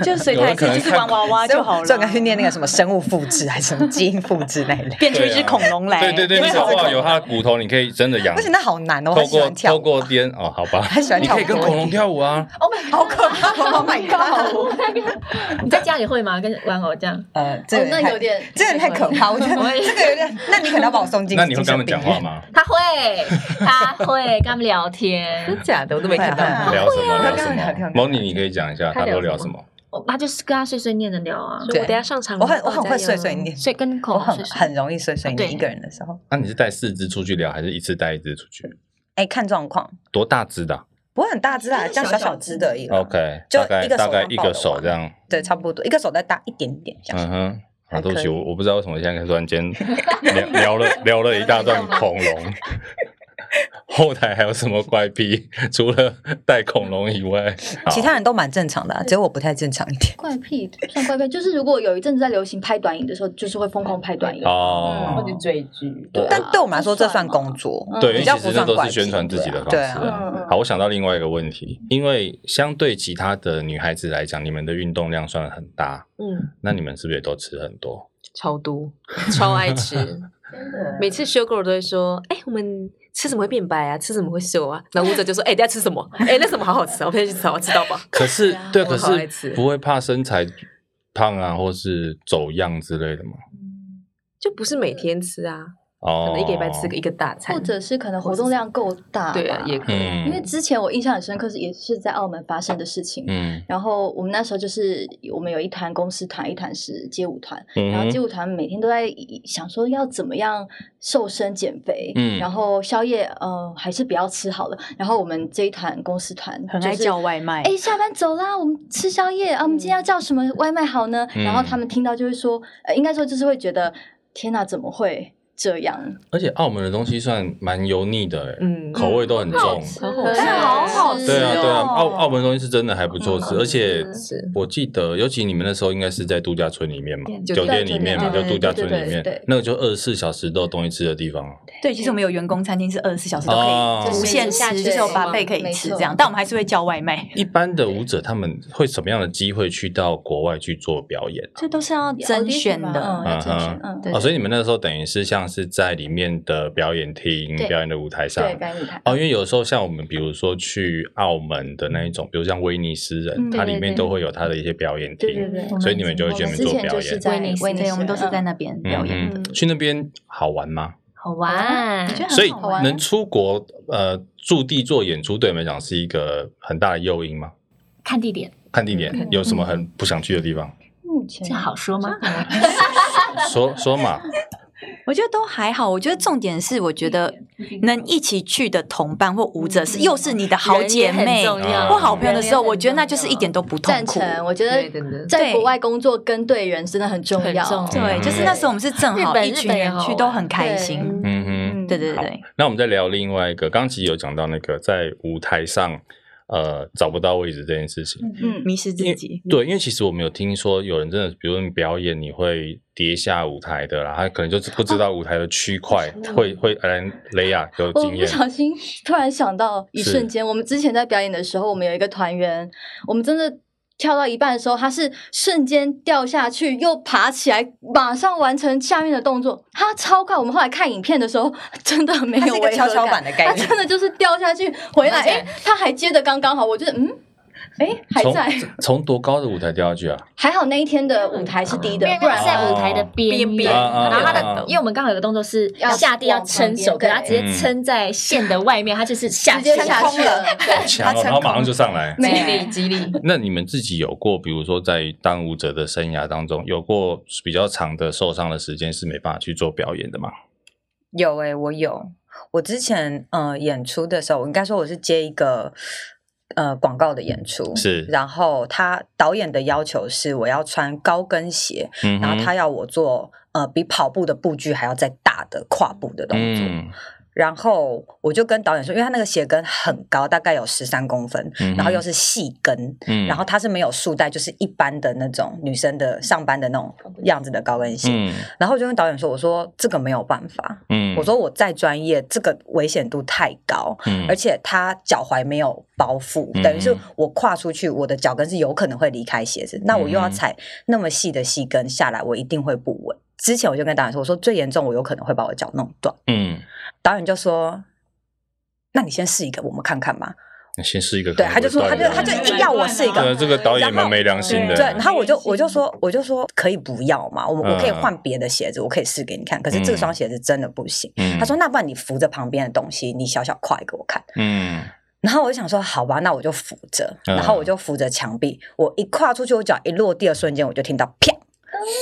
就所以有的它也可能是就是看玩娃啊娃就好了。，所以我刚去念那个什么生物复制还是什么基因复制那一类 [laughs] 变出一啊只恐龙来，对对对，变你出搞不一只好恐有它的骨头，你可以真的养而。且那好难哦，我透很喜过欢跳透舞。过颠哦，好 [laughs] 吧很喜欢，你跳舞可以跟恐龙跳舞啊，好可怕！Oh my god！你在家里会吗？跟玩偶这样？ [laughs] 呃，这哦个，那太有点，这个太可怕，我觉得这个有点，那你可能要把我送进那你会跟他们精讲神病话院？吗？他会，他会跟他们聊天。真假的我都没看对啊到。聊什么？会啊聊什聊么聊聊？蒙妮，你可以讲一下，他他都聊聊什什么？我他就是跟他碎碎念的聊啊，所以我等一下上场，我很我大很会家要碎碎。念，所以跟恐我龙很睡睡很容易碎碎哦对念一个人的时候，那你是带四只出去聊，还是一次带一只出去？哎，看状况，多大只的啊不会很大只啦，这样小小只的而啊已啦。 ？OK，就大概一个手大概掌一抱个得手完这样。对，差不多，一个手再大一点点这样。嗯哼，啊，还对不起，可以我我不知道为什么现在突然间聊 [laughs] 聊了聊了一大段恐龙。后台还有什么怪癖？除了带恐龙以外，好其他人都蛮正常的啊，只有我不太正常一点。怪癖算怪癖，就是如果有一阵子在流行拍短影的时候，就是会疯狂拍短影。哦或，者追剧，对嗯但对我们来说，这算吗工作，对，因比为较其不实那算都怪是癖宣传自己的方对式啊对啊嗯啊嗯。好，我想到另外一个问题，因为相对其他的女孩子来讲，你们的运动量算很大，嗯，那你们是不是也都吃很多？超多，超爱吃。每次修 girl 都会说：“哎、我们吃什么会变白啊？吃什么会瘦啊？”然后舞者就说：“哎、等一下吃什么？哎、那什么好好吃啊，我陪你去吃，我吃到饱。可是对，我可好爱是吃不会怕身材胖啊，或是走样之类的吗？”就不是每天吃啊，可哦，能一个礼拜吃个一个大餐，或者是可能活动量够大吧，对啊，也可以。嗯，因为之前我印象很深刻，是也是在澳门发生的事情。嗯然后我们那时候就是我们有一团公司团，一团是街舞团，嗯然后街哼舞团每天都在想说要怎么样瘦身减肥，嗯然后宵夜呃还是不要吃好了。然后我们这一团公司团很就爱是叫外嗯卖哎、，下班走啦，我们吃宵夜啊，我们今天要叫什么外卖好呢？然后他嗯们听到就会说，呃，应该说就是会觉得天哪，怎么会这样？而且澳门的东西算蛮油腻的、欸，嗯口味都很重。然后但是好好吃对啊，对啊，哦澳澳门的东西是真的还不错吃，嗯而且是我记得，尤其你们那时候应该是在度假村里面嘛，酒酒店店里面嘛，酒就店度假村里对对对面对，那个就二十四小时都有东西吃的地方啊。对，其实我们有员工餐厅是二十四小时都哦可以无限就是吃，就是有对八倍可以吃没错这样，但我们还是会叫外卖。一般的舞者他们会什么样的机会去到国外去做表演啊？这都是要甄选 Audition 吧的嗯，要甄选嗯，嗯，对哦，所以你们那时候等于是像是在里面的表演厅、对表演的舞台上对，，该你看。哦，因为有时候像我们，比如说去澳门的那一种，比如像威尼斯人，嗯它里对对面对都会有它的一些表演对对厅，对，所以你们就会我去那们边之做前表就是演。在威尼斯威尼斯，对，我们都是在嗯那边表演。嗯嗯，去那边好玩吗？好玩，觉得很所以好好玩玩啊能出国呃驻地做演出，对你们来讲是一个很大的诱因吗？看地点，看嗯地点有什么很不想去的地方？目前这好说吗？说说 [laughs] 嘛，我觉得都还好。我嗯觉得重点是，我觉得能一起去的同伴或舞嗯者是，又是你的好姐妹重要或好朋友的时候，人也很重要我觉得那就是一点都不嗯痛赞苦。成，我觉对，得真的在国外工作跟对人真的很重很要。嗯重要对，就是那时候我们是正日好本一群日本人也好去，玩都很开心。 [laughs] 嗯嗯哼。嗯对对对，那我们再聊另外一个，刚刚其实有讲到那个在舞台上呃找不到位置这件事情，嗯，迷失因自为己。对，因为其实我们有听说有人真的，比如你表演你会跌下舞台的啦，他可能就是不哦知道舞台的区块，会会来雷亚有哦我经不验，小心突然想到，一是瞬间，我们之前在表演的时候，我们有一个团员，我们真的跳到一半的时候，他是瞬间掉下去，又爬起来，马上完成下面的动作，他超快。我们后来看影片的时候，真的没它有是一个违跷和感 [laughs] 跷板的概他念真。的就是掉下去回来，哎、他还接的刚刚好，我觉得嗯。哎、还从在，从多高的舞台掉下去 [laughs] 啊？还好那一天的舞台是低的因为，不然他在舞台的哦边边边缘，啊啊然后他啊啊的，因为我们刚好有个动作是要下地要往旁撑边手，可是他直接嗯对撑在线的外面，他就是下直接去下去了。对强哦，然后马上就上来。 [laughs] 没有激励，那你们自己有过，比如说在当舞者的生涯当中，有过比较长的受伤的时间是没办法去做表演的吗？有诶、我有。我之前呃演出的时候，我应该说我是接一个呃广告的演出，是然后他导演的要求是我要穿高跟鞋，嗯然哼，后他要我做呃比跑步的步距还要再大的跨步的动作。嗯，然后我就跟导演说，因为他那个鞋跟很高，大概有十三公分，嗯哼然后又是细跟，嗯然后它是没有束带，就是一般的那种女生的上班的那种样子的高跟鞋。嗯然后我就跟导演说，我说这个没有办法，嗯，我说我再专业，这个危险度太高，嗯，而且他脚踝没有包覆，嗯等于是我跨出去，我的脚跟是有可能会离开鞋子，那我又嗯要踩那么细的细跟下来，我一定会不稳。之前我就跟导演说，我说最严重，我有可能会把我脚弄断。嗯，导演就说：“那你先试一个，我们看看吧。那嗯先试一个对看他会就说断他的就人，他就硬要我试一对个对，这个导演蛮没良心的，对，然后我就我就说我就说可以不要嘛，我们我可以嗯换别的鞋子，我可以试给你看。可是这嗯双鞋子真的不行。嗯他说：“那不然你扶着旁边的东西，你小小跨给我看。嗯”然后我就想说：“好吧，那我就扶着。”嗯然后我就扶着墙壁，我一跨出去，我脚一落地的瞬间，我就听到啪，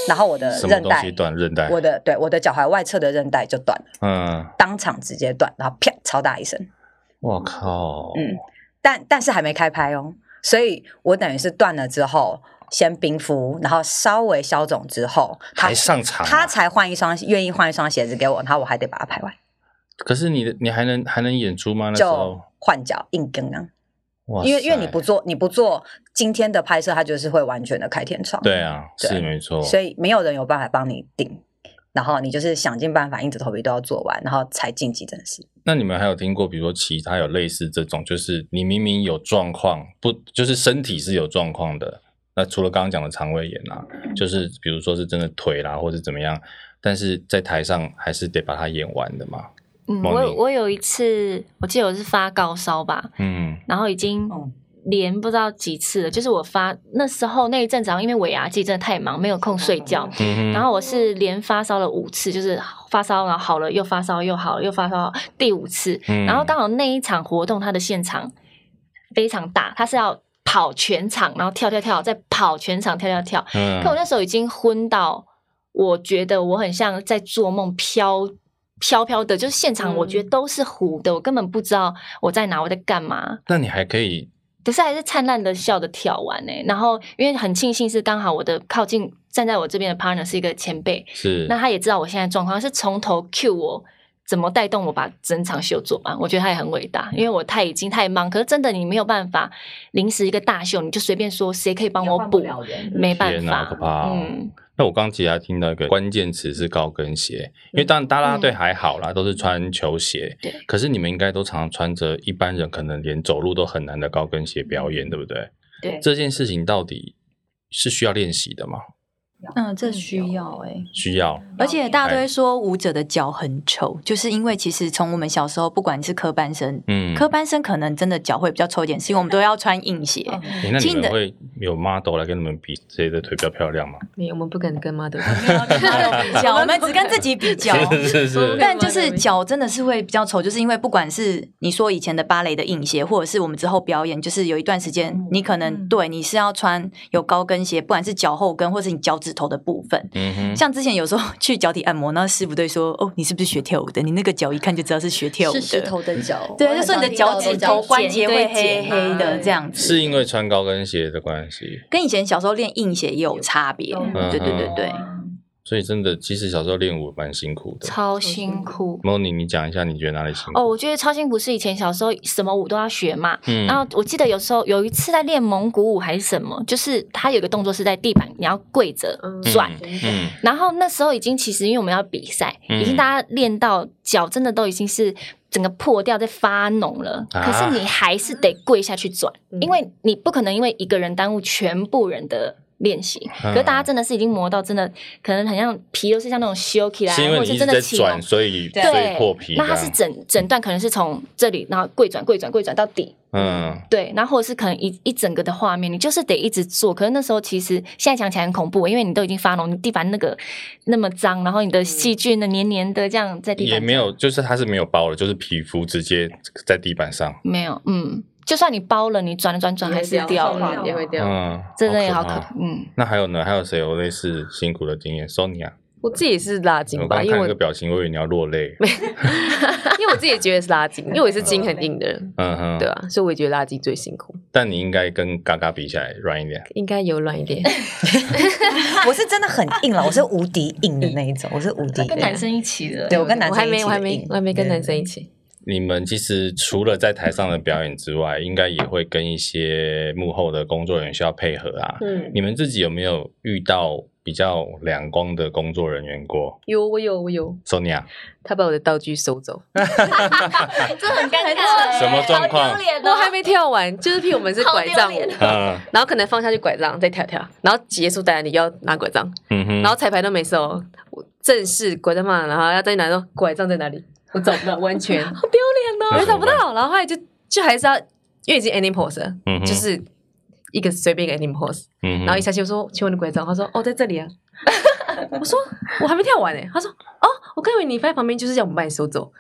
然后我的嗯什么呃韧东带西，断韧带，我的对我的脚踝外侧的韧带就断了，嗯，当场直接断，然后啪，超大一声。我靠，嗯但但是还没开拍哦，所以我等于是断了之后，先冰敷，然后稍微消肿之后，他还上场啊他才换一双，愿意换一双鞋子给我，然后我还得把它拍完，可是你的你还能还能演出吗？那时就候，换脚硬跟啊，哇因为因为你塞不做你不做今天的拍摄，它就是会完全的开天窗，对啊，对是没错，所以没有人有办法帮你顶。然后你就是想尽办法，硬着头皮都要做完，然后才晋级正式。那你们还有听过，比如说其他有类似这种，就是你明明有状况，不就是身体是有状况的？那除了刚刚讲的肠胃炎啊，嗯就是比如说是真的腿啦，或者怎么样，但是在台上还是得把它演完的嘛。嗯，猫我有咪我有一次，我记得我是发高烧吧，嗯然后已经嗯连不知道几次了。就是我发那时候那一阵子，啊好像因为尾牙季真的太忙，没有空睡觉。嗯哼，然后我是连发烧了五次，就是发烧然后好了又发烧又好了又发烧第五次，嗯然后刚好那一场活动它的现场非常大，它是要跑全场，然后跳跳跳，再跑全场跳跳跳。嗯可我那时候已经昏到，我觉得我很像在做梦飘。飘飘的，就是现场，我觉得都是糊的，我根本不知道我在哪，我在干嘛。那你还可以，可是还是灿烂的笑的跳完呢、然后因为很庆幸是刚好我的靠近站在我这边的 partner 是一个前辈，是那他也知道我现在状况，他是从头 cue 我怎么带动我把整场秀做完。我觉得他也很伟大，因为我太已经太忙，可是真的你没有办法临时一个大秀，你就随便说谁可以帮我换不补，了人。没办天哪，法，好可怕、哦。嗯，那我刚刚其实还听到一个关键词是高跟鞋，因为当然大啦啦队嗯还好啦，都是穿球鞋。对可是你们应该都常常穿着一般人可能连走路都很难的高跟鞋表演，对不对？嗯对这件事情到底是需要练习的吗？嗯，这需要哎、需要。而且大家都会说舞者的脚很丑，就是因为其实从我们小时候，不管是科班生，嗯，科班生可能真的脚会比较丑一点，是因为我们都嗯要穿硬鞋。哦诶那你进们的会有 model 来跟你们比谁的腿比较漂亮吗？没有，我们不敢跟妈的。比 [laughs] 较，我们 [laughs] 只跟自己比较。 [laughs] 是是是，嗯但就是脚真的是会比较丑，就是因为不管是你说以前的芭蕾的硬鞋，或者是我们之后表演，就是有一段时间，你可能对你是要穿有高跟鞋，不管是脚后跟或是你脚趾头的部分。嗯哼，像之前有时候去脚底按摩，然后师傅都会说：“哦，你是不是学跳舞的？你那个脚一看就知道是学跳舞是的。”石头的脚，对，就说你的脚趾头关节会黑黑的这样子，是因为穿高跟鞋的关系，跟以前小时候练硬鞋也有差别。对对对对，所以真的，其实小时候练舞蛮辛苦的。超辛苦。莫妮，你讲一下你觉得哪里辛苦？哦，我觉得超辛苦是以前小时候什么舞都要学嘛，嗯然后我记得有时候有一次在练蒙古舞还是什么，就是他有一个动作是在地板你要跪着嗯转，嗯然后那时候已经其实因为我们要比赛，嗯已经大家练到脚真的都已经是整个破掉在发脓了，啊嗯可嗯是你还是得跪下去转，因为你不可能因为一个人耽误全部人的练习。嗯可是大家真的是已经磨到真的，可能很像皮都是像那种修起来，嗯是因为或你者一是直真的在起来转，。所以对，所以破皮这那样。它是整整段可能是从这里，然后跪转跪转跪转到底，嗯，对，然后或者是可能一一整个的画面，你就是得一直做。可是那时候其实现在想起来很恐怖，因为你都已经发脓，你地板那个那么脏，然后你的细菌呢黏黏的这样在地板也上没有，就是它是没有包的，就是皮肤直接在地板上。没有，嗯，就算你包了，你转了转转还是掉了，也会掉。嗯，真的也好可怕。嗯。那还有呢？还有谁有类似辛苦的经验？Sonia，我自己是拉筋我吧，刚因为看那我个表情，我以为你要落泪。因为我自己也觉得是拉筋，因为我也是筋很硬的人，嗯哼，对啊，所以我也觉得拉筋最辛苦，但你应该跟嘎嘎比起来软一点。应该有软一点。 [laughs] 我是真的很硬了，我是无敌硬的那一种，我是无敌跟硬。男生一起的，对我跟男 [laughs] 我生还一没，起我还的没硬，，我还没嗯跟对男生一起。你们其实除了在台上的表演之外，应该也会跟一些幕后的工作人员需要配合啊。嗯，你们自己有没有遇到比较两光的工作人员过有我有我有， ？Sonia，他把我的道具收走，这很尴尬， [laughs] 什么状况好丢脸我哦还没跳完，就是譬如我们是好拐杖丢脸舞。啊， [laughs] 然后可能放下去拐杖，再跳跳，然后结束当然你要拿拐杖，嗯哼，然后彩排都没事哦，我正式拐杖嘛，然后要再拿说拐杖在哪里，我找不到，完 [laughs] 全好丢脸哦那我也怎找么不到。然后后来就就还是要，因为已经 ending pose，了嗯哼就是一个随便一个 ending pose，嗯哼，然后一下去我说：“请问你拐杖？”他说：“哦，在这里啊。” [laughs] 我说：“我还没跳完呢。”他说：“哦，我刚以为你放在旁边，就是要我们把你收走。”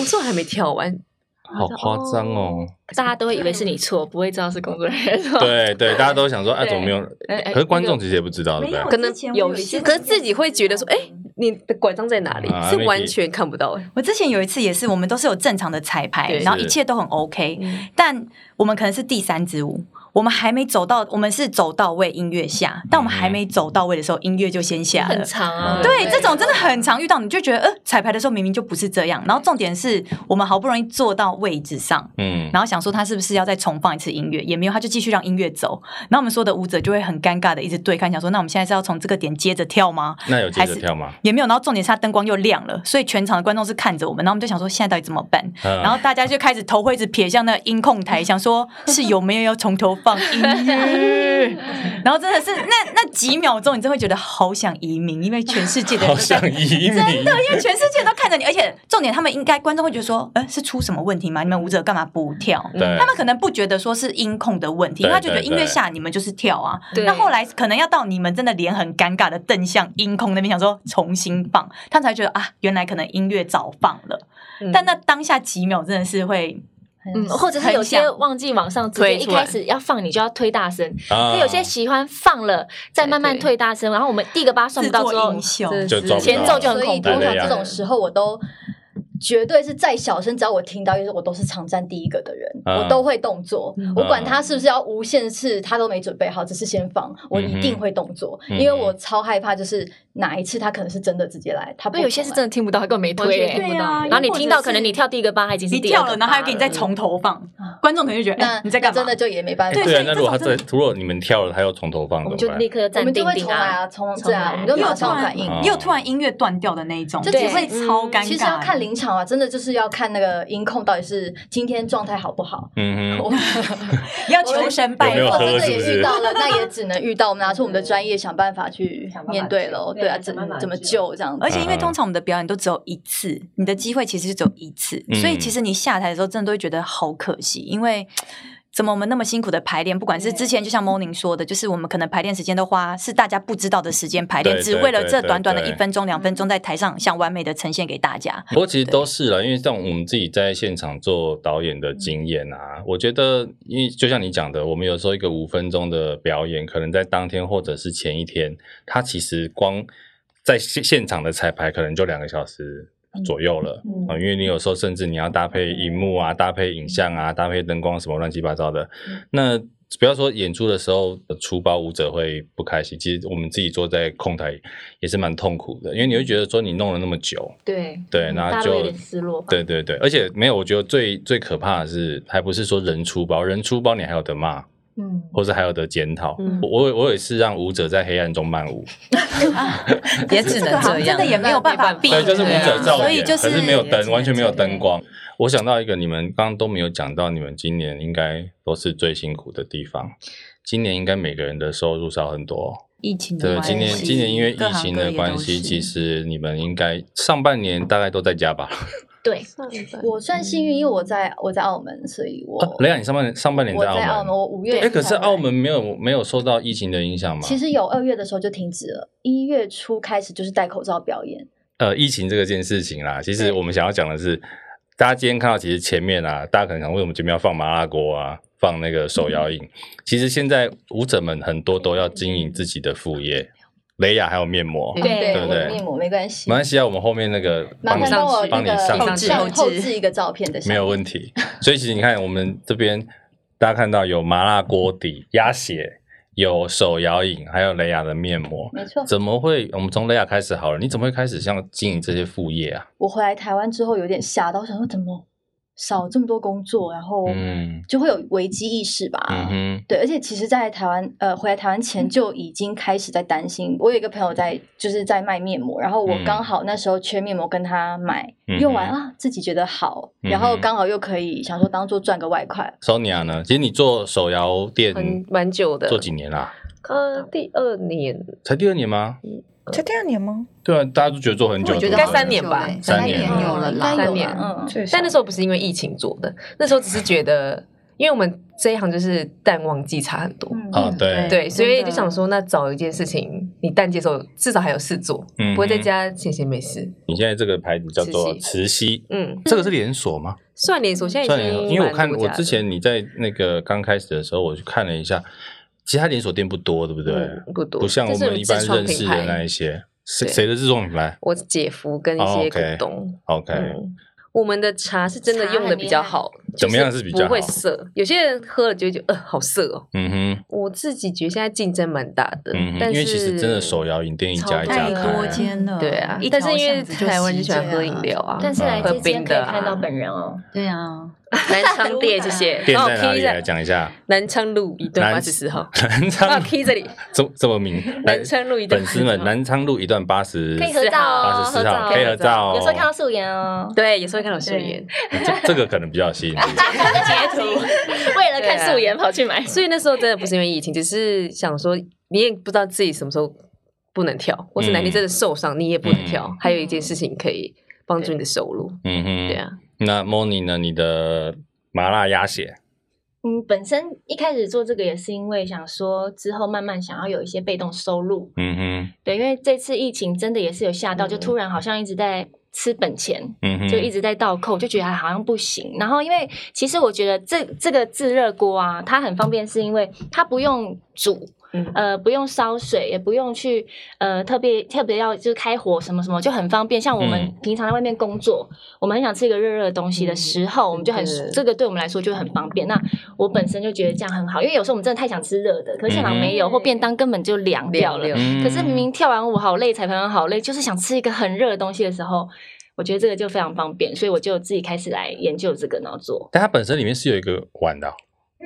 我说：“我还没跳完。好夸张哦。大家都会以为是你错，不会知道是工作人员哦错。对对，大家都想说，哎，对怎么没有？哎哎可是观众其实也不知道，对没不对有，？可能之前我有一些些，可是自己会觉得说哎你的拐杖在哪里？”啊是 Vicky 完全看不到哎。我之前有一次也是，我们都是有正常的彩排，对然后是一切都很 OK，但嗯我们可能是第三支舞，我们还没走到，我们是走到位音乐下，但我们还没走到位的时候，音乐就先下嗯很了。长啊，嗯对，这种真的很常遇到，你就觉得，呃，彩排的时候明明就不是这样，然后重点是我们好不容易坐到位置上，嗯，然后想说他是不是要再重放一次音乐，也没有，他就继续让音乐走，然后我们所有的舞者就会很尴尬的一直对看，想说，那我们现在是要从这个点接着跳吗？那有接还着是跳吗？也没有，然后重点是他灯光又亮了，所以全场的观众是看着我们，然后我们就想说现在到底怎么办？嗯然后大家就开始头会一直撇向那个音控台，想说是有没有要从头放音乐？ [laughs] 然后真的是那那几秒钟，你真会觉得好想移民，因为全世界的人好都在想移民，因为全世界都看着你，而且重点，他们应该观众会觉得说，呃，是出什么问题吗？你们舞者干嘛不跳？对他们可能不觉得说是音控的问题，因为他就觉得对音乐下你们就是跳啊。对那后来可能要到你们真的脸很尴尬的瞪向音控那边，想说重新放，他才觉得啊，原来可能音乐早放了。嗯但那当下几秒真的是会，嗯，或者是有些忘记往上，直接推一出来开始要放你就要推大声，啊可有些喜欢放了再慢慢对推大声，然后我们第一个把它算自不到作之后英，雄，真的就是抓不前奏就很所恐以怖通常对啊这种时候我都。绝对是再小声，只要我听到，就是我都是场站第一个的人，啊我都会动作。嗯我管他是不是要无限次，他都没准备好，只是先放，我一定会动作，嗯哼因为我超害怕，就是哪一次他可能是真的直接来，他不因为有些是真的听不到，根本没完推全欸、听不到啊然后你听到，可能你跳。跳第一个八，它已经是你第二跳个嗯八了，然后还要给你再从头放，观众可能就觉得，那哎，你在干那真？嘛的就也没办法。对啊，那如果他所以在，如果你们跳了，他又从头放我们怎就么办立？刻我站们就定会定重来啊。啊，从重对啊，来我们就也有马突上然反应。嗯哦也有突然音乐断掉的那一种，这就只会会超尴尬。其实要看临场啊，真的就是要看那个音控到底是今天状态好不好。嗯哼，要求神拜有没有佛我喝真的是不是哦也遇到了，那也只能遇到，我们拿出啊我们的专业想办法去想办法面对喽。救对啊，对怎想办法怎么救救这样子哎而？且因嗯为通常我们的表演都只有一次，你的机会其实就只有一次，嗯所以其实你下台的时候，真的都会觉得好可惜，因为。怎么我们那么辛苦的排练？不管是之前就像 Morning 说的，就是我们可能排练时间都花是大家不知道的时间排练，对只为了对这对短短的对一分钟、两嗯分钟在台上想完美的呈现给大家。不过其实都是了，因为像我们自己在现场做导演嗯的经验啊，我觉得，因为就像你讲的，我们有时候一个五分钟的表演，可能在当天或者是前一天，它其实光在现现场的彩排，可能就两个小时左右了。嗯啊，因为你有时候甚至你要搭配荧幕啊、搭配影像啊、搭配灯光什么乱七八糟的。嗯那不要说演出的时候，呃除包舞者会不开心，其实我们自己坐在控台也是蛮痛苦的，因为你会觉得说你弄了那么久，对对，嗯然大后家都有就点失落吧。对对对，而且没有，我觉得最最可怕的是，还不是说人出包，人出包你还有得骂，嗯，或是还有得检讨。嗯我我有我也是让舞者在黑暗中漫舞， [laughs] 也 [laughs] 只能好这像真样啊的。也没有办法避对，免，就是舞者照照啊所以演，就可是没有也只灯，能完全没有这样灯光。我想到一个，你们刚刚都没有讲到，你们今年应该都是最辛苦的地方。今年应该每个人的收入少很多哦、疫情的对，关今年系今年因为各疫行情各的业关都系，是其实你们应该上半年大概都在家吧？对，我算幸运，因为我在我在澳门，所以我、啊雷雅，你上半年上半年我澳在澳门，我五月哎，可是才来澳门没有没有受到疫情的影响吗？其实有二月的时候就停止了，一月初开始就是戴口罩表演。呃，疫情这个件事情啦，其实对我们想要讲的是，大家今天看到其实前面啊，大家可能想为什么前面要放麻辣锅啊，放那个嗯手摇饮？其实现在舞者们很多都要经营自己的副业，雷雅还有面膜，对对不我的对面膜没关系没，关系啊，我们后面那个麻帮你烦帮我帮那你个上去去上后后置置一个照片的，没有问。题。所以其实你看，我们这边大家看到有麻辣锅底、鸭血，有手摇饮，还有雷雅的面膜。没错，怎么会？我们从雷雅开始好了，你怎么会开始像经营这些副业啊？我回来台湾之后有点吓到，我想说怎么少这么多工作，然后嗯就会有危机意识吧。嗯哼，对，而且其实，在台湾，呃，回来台湾嗯前就已经开始在担心。我有一个朋友在，就是在卖面膜，然后我嗯刚好那时候缺面膜，跟他买，嗯哼用完啊，自己觉得好，然嗯后哼刚好又可以想说当做赚个外快， ，Sonia 呢？其实你做手摇店很蛮久的嗯做几年啦？呃，第二年才第二年吗？才第二年吗？对啊，大家都觉得做很久，欸我觉得应该三年吧三年三年有了啦应该有三年嗯，最少但那时候不是因为疫情做的，那时候只是觉得，因为我们这一行就是淡旺季差很多，嗯啊，对，对，所以真的就想说，那找一件事情，你淡季的时候至少还有事做，嗯不会在家闲闲没事。你现在这个牌子叫做慈禧慈溪，嗯，这个是连锁吗？算连锁，现在算已连经锁，因为我看蛮多我家的之前你在那个刚开始的时候，我去看了一下，其他连锁店不多，对不对？嗯不多，不像我这是们一般自创认识品的牌那一些，谁对谁的自创品牌我姐夫跟一哦些股，OK 东。 ？OK，嗯，我们的茶是真的茶用的很比厉较害好，怎么就样是比较不会好涩？有些人喝了就会觉得呃好涩哦。嗯哼，我自己觉得现在竞争蛮大的，嗯哼，但因是为其实真的手摇饮店一家一家超太大开多的啊，间了，对啊一，条但是因为巷子就台湾人十就喜欢间喝了饮料啊，但是嗯来喝这间冰可的以啊看到本人哦，对啊， [laughs] 南昌店，谢谢。店帮我在哪 key 里来讲一下？南昌路一段南八十四号。南帮昌我 key 这里， [laughs] 这这么明，来 [laughs] 南昌路一段粉丝们， 84号南昌路一段八十可以合照八十哦，合四照号，可以合照哦。有时候看到素颜哦， [laughs] 对，也是会看到素颜， [laughs] 这这个可能比较有吸引力。啊截图，为了看素颜跑去买，所以那时候真的不是因为疫情，只是想说你也不知道自己什么时候不能跳，或是哪天真的受伤你也不能跳嗯。还有一件事情可以帮助你的收入，嗯哼，对。啊，那 Moni 呢？你的麻辣鸭血，嗯，本身一开始做这个也是因为想说之后慢慢想要有一些被动收入，嗯哼，对，因为这次疫情真的也是有吓到，就突然好像一直在吃本钱，嗯哼，就一直在倒扣，就觉得好像不行。然后因为其实我觉得这这个自热锅啊，它很方便，是因为它不用煮嗯。呃，不用烧水，也不用去呃特别特别要就是开火什么什么，就很方便。像我们嗯平常在外面工作，我们很想吃一个热热的东西的嗯时候，我们就很真的这个对我们来说就很方便。那我本身就觉得这样很好，因为有时候我们真的太想吃热的，可是现场没有，嗯或便当根本就凉掉了。聊嗯可是明明跳完舞好累，彩排完好累，就是想吃一个很热的东西的时候，我觉得这个就非常方便，所以我就自己开始来研究这个，然后做。但它本身里面是有一个碗的哦，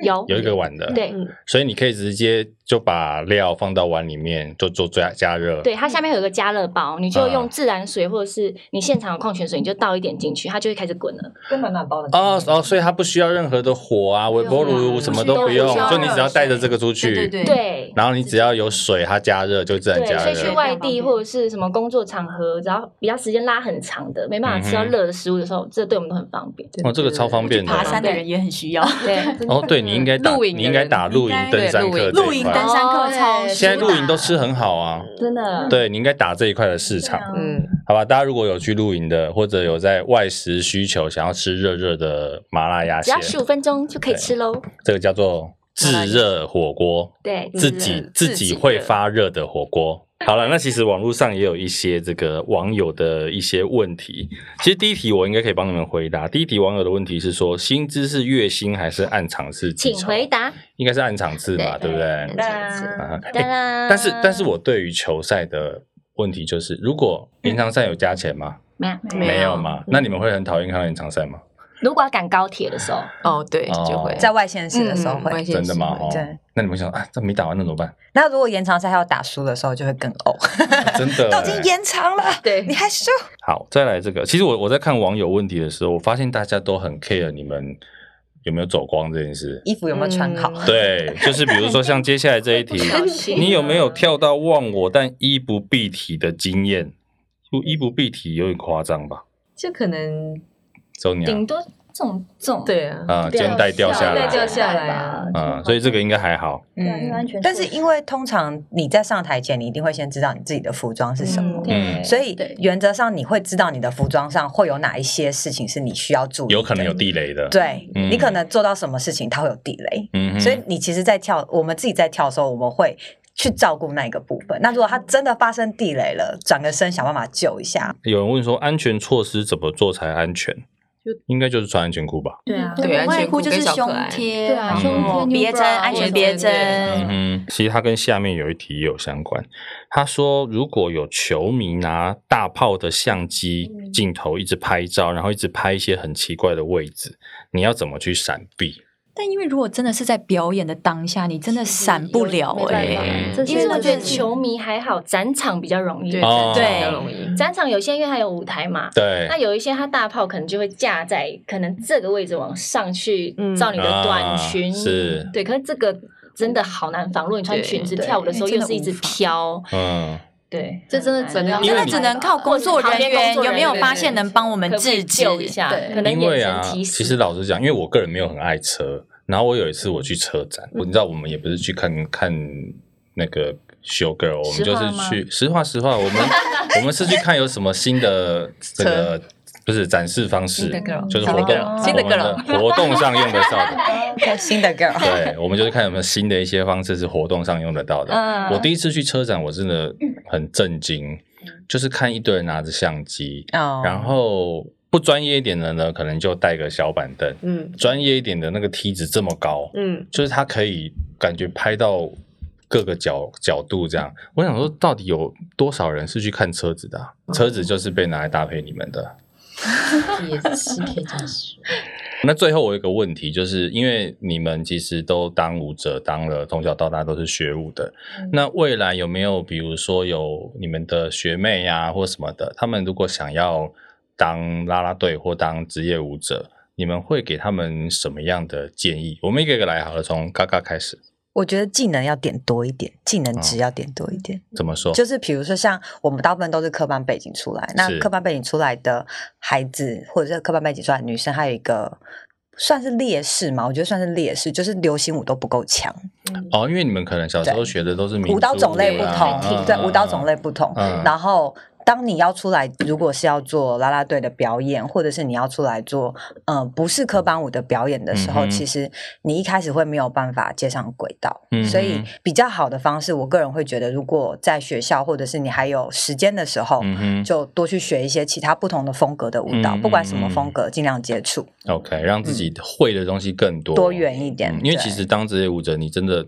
有有一个碗的，，对嗯所以你可以直接就把料放到碗里面，就做加加热，对，它下面有个加热包，你就啊用自然水或者是你现场有矿泉水，你就倒一点进去，它就会开始滚了。根本暖包的哦哦，所以它不需要任何的火啊，微波炉什么都不用不需，要就你只要带着这个出对对去，对对。然后你只要有水，它加热就自然对，加所以去热。外地或者是什么工作场合，只要比较时间拉很长的，没办法吃嗯到哼热的食物的时候，这对我们都很方便。哦，这个超方便的。爬山的人也很需要，对，哦，对你应该打，露营的你应该打人露营应该登山课这对露一营、块。登山课哦超对需现在要露营都吃很好啊，真的。啊对你应该打这一块的市场，嗯，好吧？大家如果有去露营的，或者有在外食需求想要吃热热的麻辣鸭只血要，十五分钟就可以吃喽。这个叫做炙热火锅，对，自自己己自己会发热的火锅。好了，那其实网络上也有一些这个网友的一些问题。其实第一题我应该可以帮你们回答。第一题网友的问题是说，薪资是月薪还是按场次计请酬？回答。应该是按场次嘛，对不对？嗯哒啊，哒啦但是，但是我对于球赛的问题就是，如果延长赛有加钱吗？没有没有有嘛？那你们会很讨厌看到延长赛吗？如果要赶高铁的时候，哦，对，哦就会在外县市的时候嗯会。外县真的吗？市哦对，那你们想啊，这没打完那怎么办？那如果延长赛还要打输的时候，就会更呕。啊真 [laughs] 的，欸都已经延长了，对你还输？好，再来这个。其实我我在看网友问题的时候，我发现大家都很 care 你们有没有走光这件事。衣服有没有穿好？嗯 [laughs] 对，就是比如说像接下来这一题，你有没 [laughs] 有跳到忘我但衣不蔽体的经验？不衣不蔽体有点夸张吧？就可能周娘顶多这种这种对啊，啊，肩带掉下肩带掉来下来啊啊，所以这个应该还好。对啊因为安全嗯但措是施因为通常你在上台前，你一定会先知道你自己的服装是什么。嗯所以对原则上，你会知道你的服装上会有哪一些事情是你需要注意的，有可能有地雷的。，对、嗯你可能做到什么事情，它会有地雷。嗯哼，所以你其实，在跳，我们自己在跳的时候，我们会去照顾那一个部分。那如果它真的发生地雷了，转个身想办法救一 [laughs] 下。有人问说，安全措施怎么做才安全？应该就是穿安全裤吧。对啊，对安外全裤裤就是跟小可胸爱贴，对啊，嗯胸贴 new 别针， bra 安全对别对针。嗯哼，其实它跟下面有一题也有相关。他说，如果有球迷拿大炮的相机镜头一直拍照，然后一直拍一些很奇怪的位置，你要怎么去闪避？但因为如果真的是在表演的当下，你真的闪不了没办哎、法欸这因为些我就觉得是球迷还好，展场比较容易。对哦对比较容易。展场有些因为它有舞台嘛，对那有一些它大炮可能就会架在可能这个位置往上去嗯，照你的短啊裙，是对。可是这个真的好难防，如果你穿裙子对跳舞的时候对又是一直真的无法飘，嗯，对，这真的很只能难要真因为的你只能靠工作人员有没有发现能帮我们可不可以制止？救一下对，可能因为眼啊神提，示。其实老实讲，因为我个人没有很爱车，然后我有一次我去车展，你知道我们也不是去看看那个 show girl，我们实就话是吗去实话实话， [laughs] 我们我们是去看有什么新的这个不是展示方式，就是活动新的我们的 girl 活动上用得到 [laughs] 的。新的 girl，对，我们就是看有没有新的一些方式是活动上用得到的。嗯嗯我第一次去车展，我真的很震惊，就是看一堆人拿着相机， [laughs] 哦然后不专业一点的呢，可能就带个小板凳；嗯专业一点的那个梯子这么高，嗯，就是它可以感觉拍到各个角角度这样。我想说，到底有多少人是去看车子的啊、车子就是被拿来搭配你们的。也是可以这样说。那最后我有一个问题，就是因为你们其实都当舞者，当了从小到大都是学舞的，嗯那未来有没有比如说有你们的学妹呀、或什么的，他们如果想要当啦啦队或当职业舞者，你们会给他们什么样的建议？我们一个一个来好了，从嘎嘎开始，我觉得技能要点多一点，技能哦值要点多一点。怎么说？就是比如说，像我们大部分都是科班背景出来，那是科班背景出来的孩子，或者是科班背景出来的女生，还有一个算是劣势嘛？我觉得算是劣势，就是流行舞都不够强，哦，因为你们可能小时候对学的都是民族舞蹈种类不啊同，对，舞蹈种类不同。嗯然后，当你要出来，如果是要做啦啦队的表演，或者是你要出来做，呃，不是科班舞的表演的时候，嗯哼其实你一开始会没有办法接上轨道。嗯哼所以，比较好的方式，我个人会觉得，如果在学校或者是你还有时间的时候，嗯哼就多去学一些其他不同的风格的舞蹈，嗯不管什么嗯风格，尽量接触， ，OK，让自己会的东西更多，嗯多元一点。嗯因为对其实当职业舞者，你真的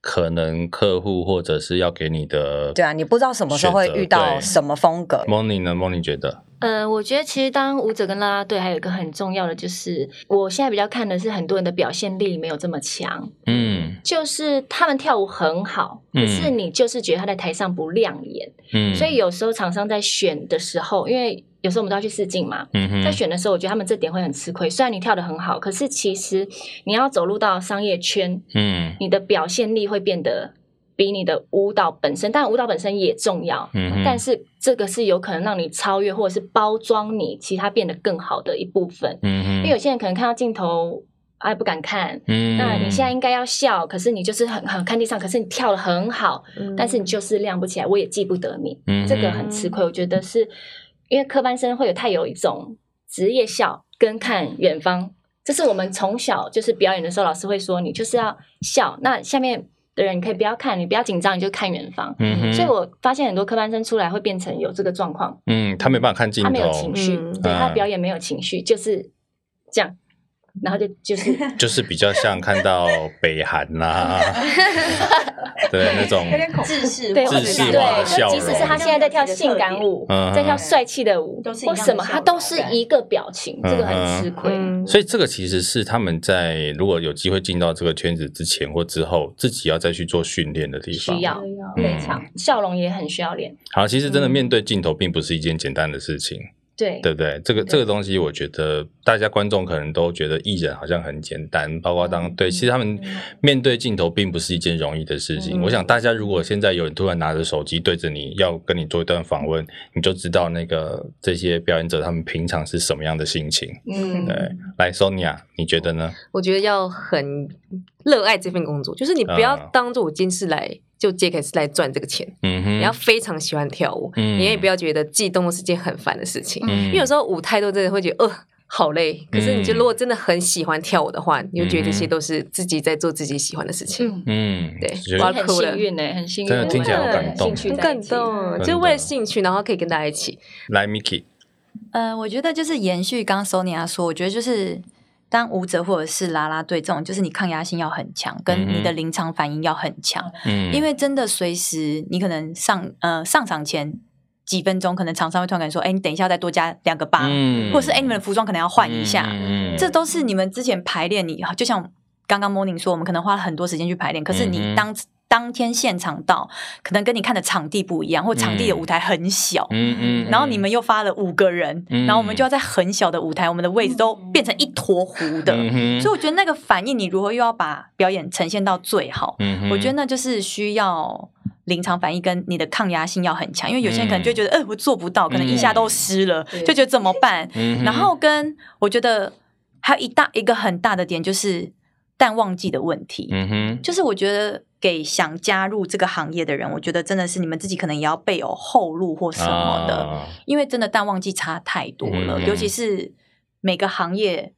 可能客户或者是要给你的，对啊，你不知道什么时候会遇到什么风格。 Morning 呢？Morning 觉得，呃，我觉得其实当舞者跟啦啦队还有一个很重要的就是，我现在比较看的是很多人的表现力没有这么强，嗯就是他们跳舞很好，可是嗯你就是觉得他在台上不亮眼，嗯，所以，有时候厂商在选的时候，因为有时候我们都要去试镜嘛，嗯哼，在选的时候，我觉得他们这点会很吃亏。虽然你跳的很好，可是其实你要走入到商业圈，嗯你的表现力会变得比你的舞蹈本身，但舞蹈本身也重要，嗯哼，但，是这个是有可能让你超越或者是包装你其他变得更好的一部分。嗯哼，因为有些人可能看到镜头，哎不敢看。嗯，那你现在应该要笑，可是你就是很很看地上，可是你跳的很好，但是你就是亮不起来，我也记不得你，嗯哼这个很吃亏。我觉得是因为科班生会有太有一种职业笑跟看远方，这是我们从小就是表演的时候，老师会说你就是要笑，那下面的人你可以不要看，你不要紧张，你就看远方。嗯哼，所以我发现很多科班生出来会变成有这个状况，嗯，他没办法看镜他没有头情，绪，嗯对他嗯表演没有情绪，就是这样，然后就 [laughs] 就是就是比较像看到北韩 [laughs] 啦，对那种，自视对，自视化的对，笑就容即使是他现在在跳性感舞嗯，在跳帅气的舞都是一或样的什么，笑他都是一个表情，嗯这个很吃亏。嗯所以这个其实是他们在如果有机会进到这个圈子之前或之后，自己要再去做训练的地方，需要嗯非常笑容也很需要练，嗯好，其实真的面对镜头并不是一件简单的事情。对对不对？这个这个东西，我觉得大家观众可能都觉得艺人好像很简单，包括嗯当对，其实他们面对镜头并不是一件容易的事情。我嗯想大家如果现在有人突然拿着手机对着你要跟你做一段访问，你就知道那个这些表演者他们平常是什么样的心情。嗯对，来，Sonia，你觉得呢？我觉得要很热爱这份工作，就是你不要嗯当做我今天是来就接 case 来赚这个钱，嗯哼，你要非常喜欢跳舞，嗯你也不要觉得悸动是件很烦的事情，嗯，因为有时候舞太多真的会觉得呃。好累，可是你就嗯如果真的很喜欢跳舞的话，你就觉得这些嗯都是自己在做自己喜欢的事情。嗯，嗯，对觉哇得很哭了幸运呢，很幸运，真的听起来好感动兴趣很在感一起动，的就为了兴趣，然后可以跟大家一起。来，Miki，呃，我觉得就是延续刚 Sonia 说，我觉得就是当舞者或者是啦啦队这种，就是你抗压性要很强，跟你的嗯哼临场反应要很强，嗯，因为真的随时你可能上呃上场前几分钟，可能厂商会突然跟你说，哎，你等一下再多加两个八、嗯或者是哎，你们的服装可能要换一下，嗯这都是你们之前排练你，就像刚刚 Morning 说，我们可能花了很多时间去排练，可是嗯哼你当、当天现场到，可能跟你看的场地不一样，或场地的舞台很小，嗯嗯，然后你们又发了五个人，嗯然后我们就要在很小的舞台，我们的位置都变成一坨糊的，嗯所以我觉得那个反应，你如何又要把表演呈现到最好，以我觉得那就是需要。临场反应跟你的抗压性要很强，因为有些人可能就嗯觉得，呃，我做不到，可能一下都湿了，对就觉得怎么办？嗯哼然后跟我觉得还有一大一个很大的点就是淡旺季的问题，嗯哼，就是我觉得给想加入这个行业的人，我觉得真的是你们自己可能也要备有后路或什么的，啊因为真的淡旺季差太多了，嗯尤其是每个行业。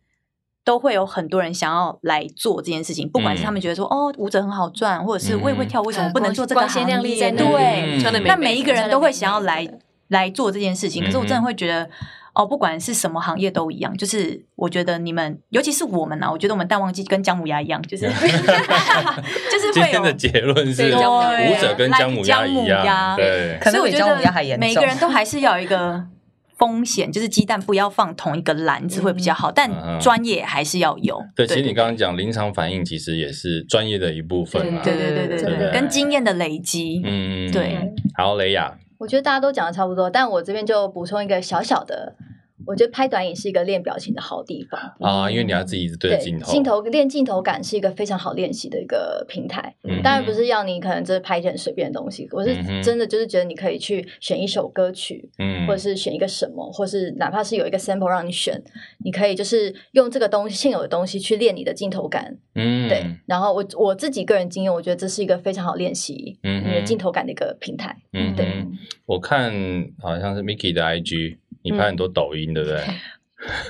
都会有很多人想要来做这件事情，不管是他们觉得说、哦舞者很好赚，或者是嗯我也会跳，为什么呃不能光做这个光鲜行亮丽业？在那里对，嗯穿的美美，那每一个人都会想要来真的来做这件事情，可是我真嗯的哼会觉得，哦，不管是什么行业都一样，就是我觉得你们，尤其是我们啊，我觉得我们淡旺季跟姜母鸭一样， [laughs] 就是 [laughs] 就是今会天有的结论是对姜母鸭舞者跟姜母鸭一姜母样，鸭对，可能所以我比觉姜母鸭还得严每重个人都还是要有一个风险，就是鸡蛋不要放同一个篮子会比较好，嗯但专业还是要有。对，其实你刚刚讲临场反应，其实也是专业的一部分嘛，对对对对对对对对，跟经验的累积，嗯，嗯对。嗯好，雷雅，我觉得大家都讲的差不多，但我这边就补充一个小小的，我觉得拍短影是一个练表情的好地方。啊，因为你要自己一直对着镜头，镜头练镜头感是一个非常好练习的一个平台。嗯当然不是要你可能真的拍一些很随便的东西，我嗯哼是真的就是觉得你可以去选一首歌曲，嗯或者是选一个什么，或是哪怕是有一个 sample 让你选，你可以就是用这个东西现有的东西去练你的镜头感。嗯对，然后我我自己个人经验，我觉得这是一个非常好练习嗯哼你的镜头感的一个平台。嗯对哼，我看好像是 Miki 的 IG，你嗯拍很多抖音，对不 [laughs] 对？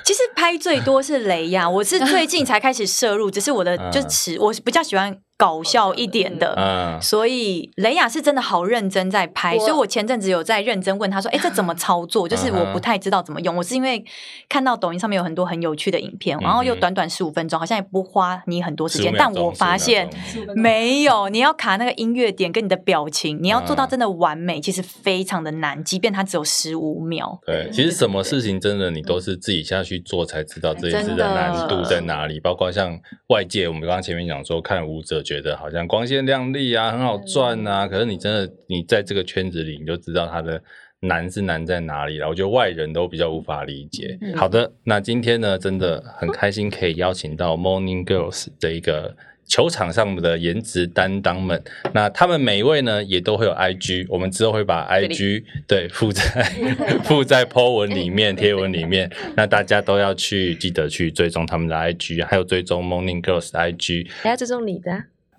其实拍最多是雷亚，我是最近才开始摄入，只是我的嗯就是尺我是比较喜欢搞笑一点的。啊，所以雷亚是真的好认真在拍，我所以我前阵子有在认真问他说：“哎、这 [laughs] 怎么操作？”就是嗯我哼不太知道怎么用。我是因为看到抖音上面有很多很有趣的影片，嗯然后又短短十五分钟，好像也不花你很多时15间。秒但钟我发现， 15秒钟没有，你要卡那个音乐点跟你的表情，你要做到嗯真的完美，其实非常的难。即便它只有十五秒，对，其实什么事情真的你都是自己下去做才知道这件事真的的难度在哪里，包括像外界，我们刚刚前面讲说看舞者觉得好像光鲜亮丽啊，很好赚啊，可是你真的你在这个圈子里，你就知道它的。难是难在哪里了？我觉得外人都比较无法理解。好的，那今天呢，真的很开心可以邀请到 Morning Girls 的一个球场上的颜值担当们。那他们每一位呢，也都会有 IG，我们之后会把 IG 对附在 [laughs] 附在 po 文里面、贴文里面。那大家都要去记得去追踪他们的 IG，还有追踪 Morning Girls 的 IG，还要追踪你的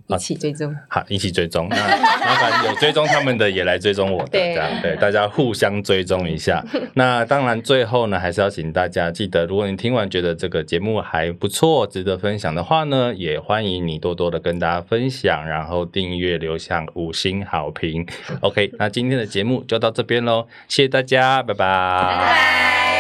啊，一起追踪。好，一起追踪。那麻烦有追踪他们的也来追踪我的，对这样对大家互相追踪一 [laughs] 下。那当然，最后呢，还是要请大家记得，如果你听完觉得这个节目还不错，值得分享的话呢，也欢迎你多多的跟大家分享，然后订阅、留下五星好评。OK，那今天的节目就到这边喽，谢谢大家，拜拜拜。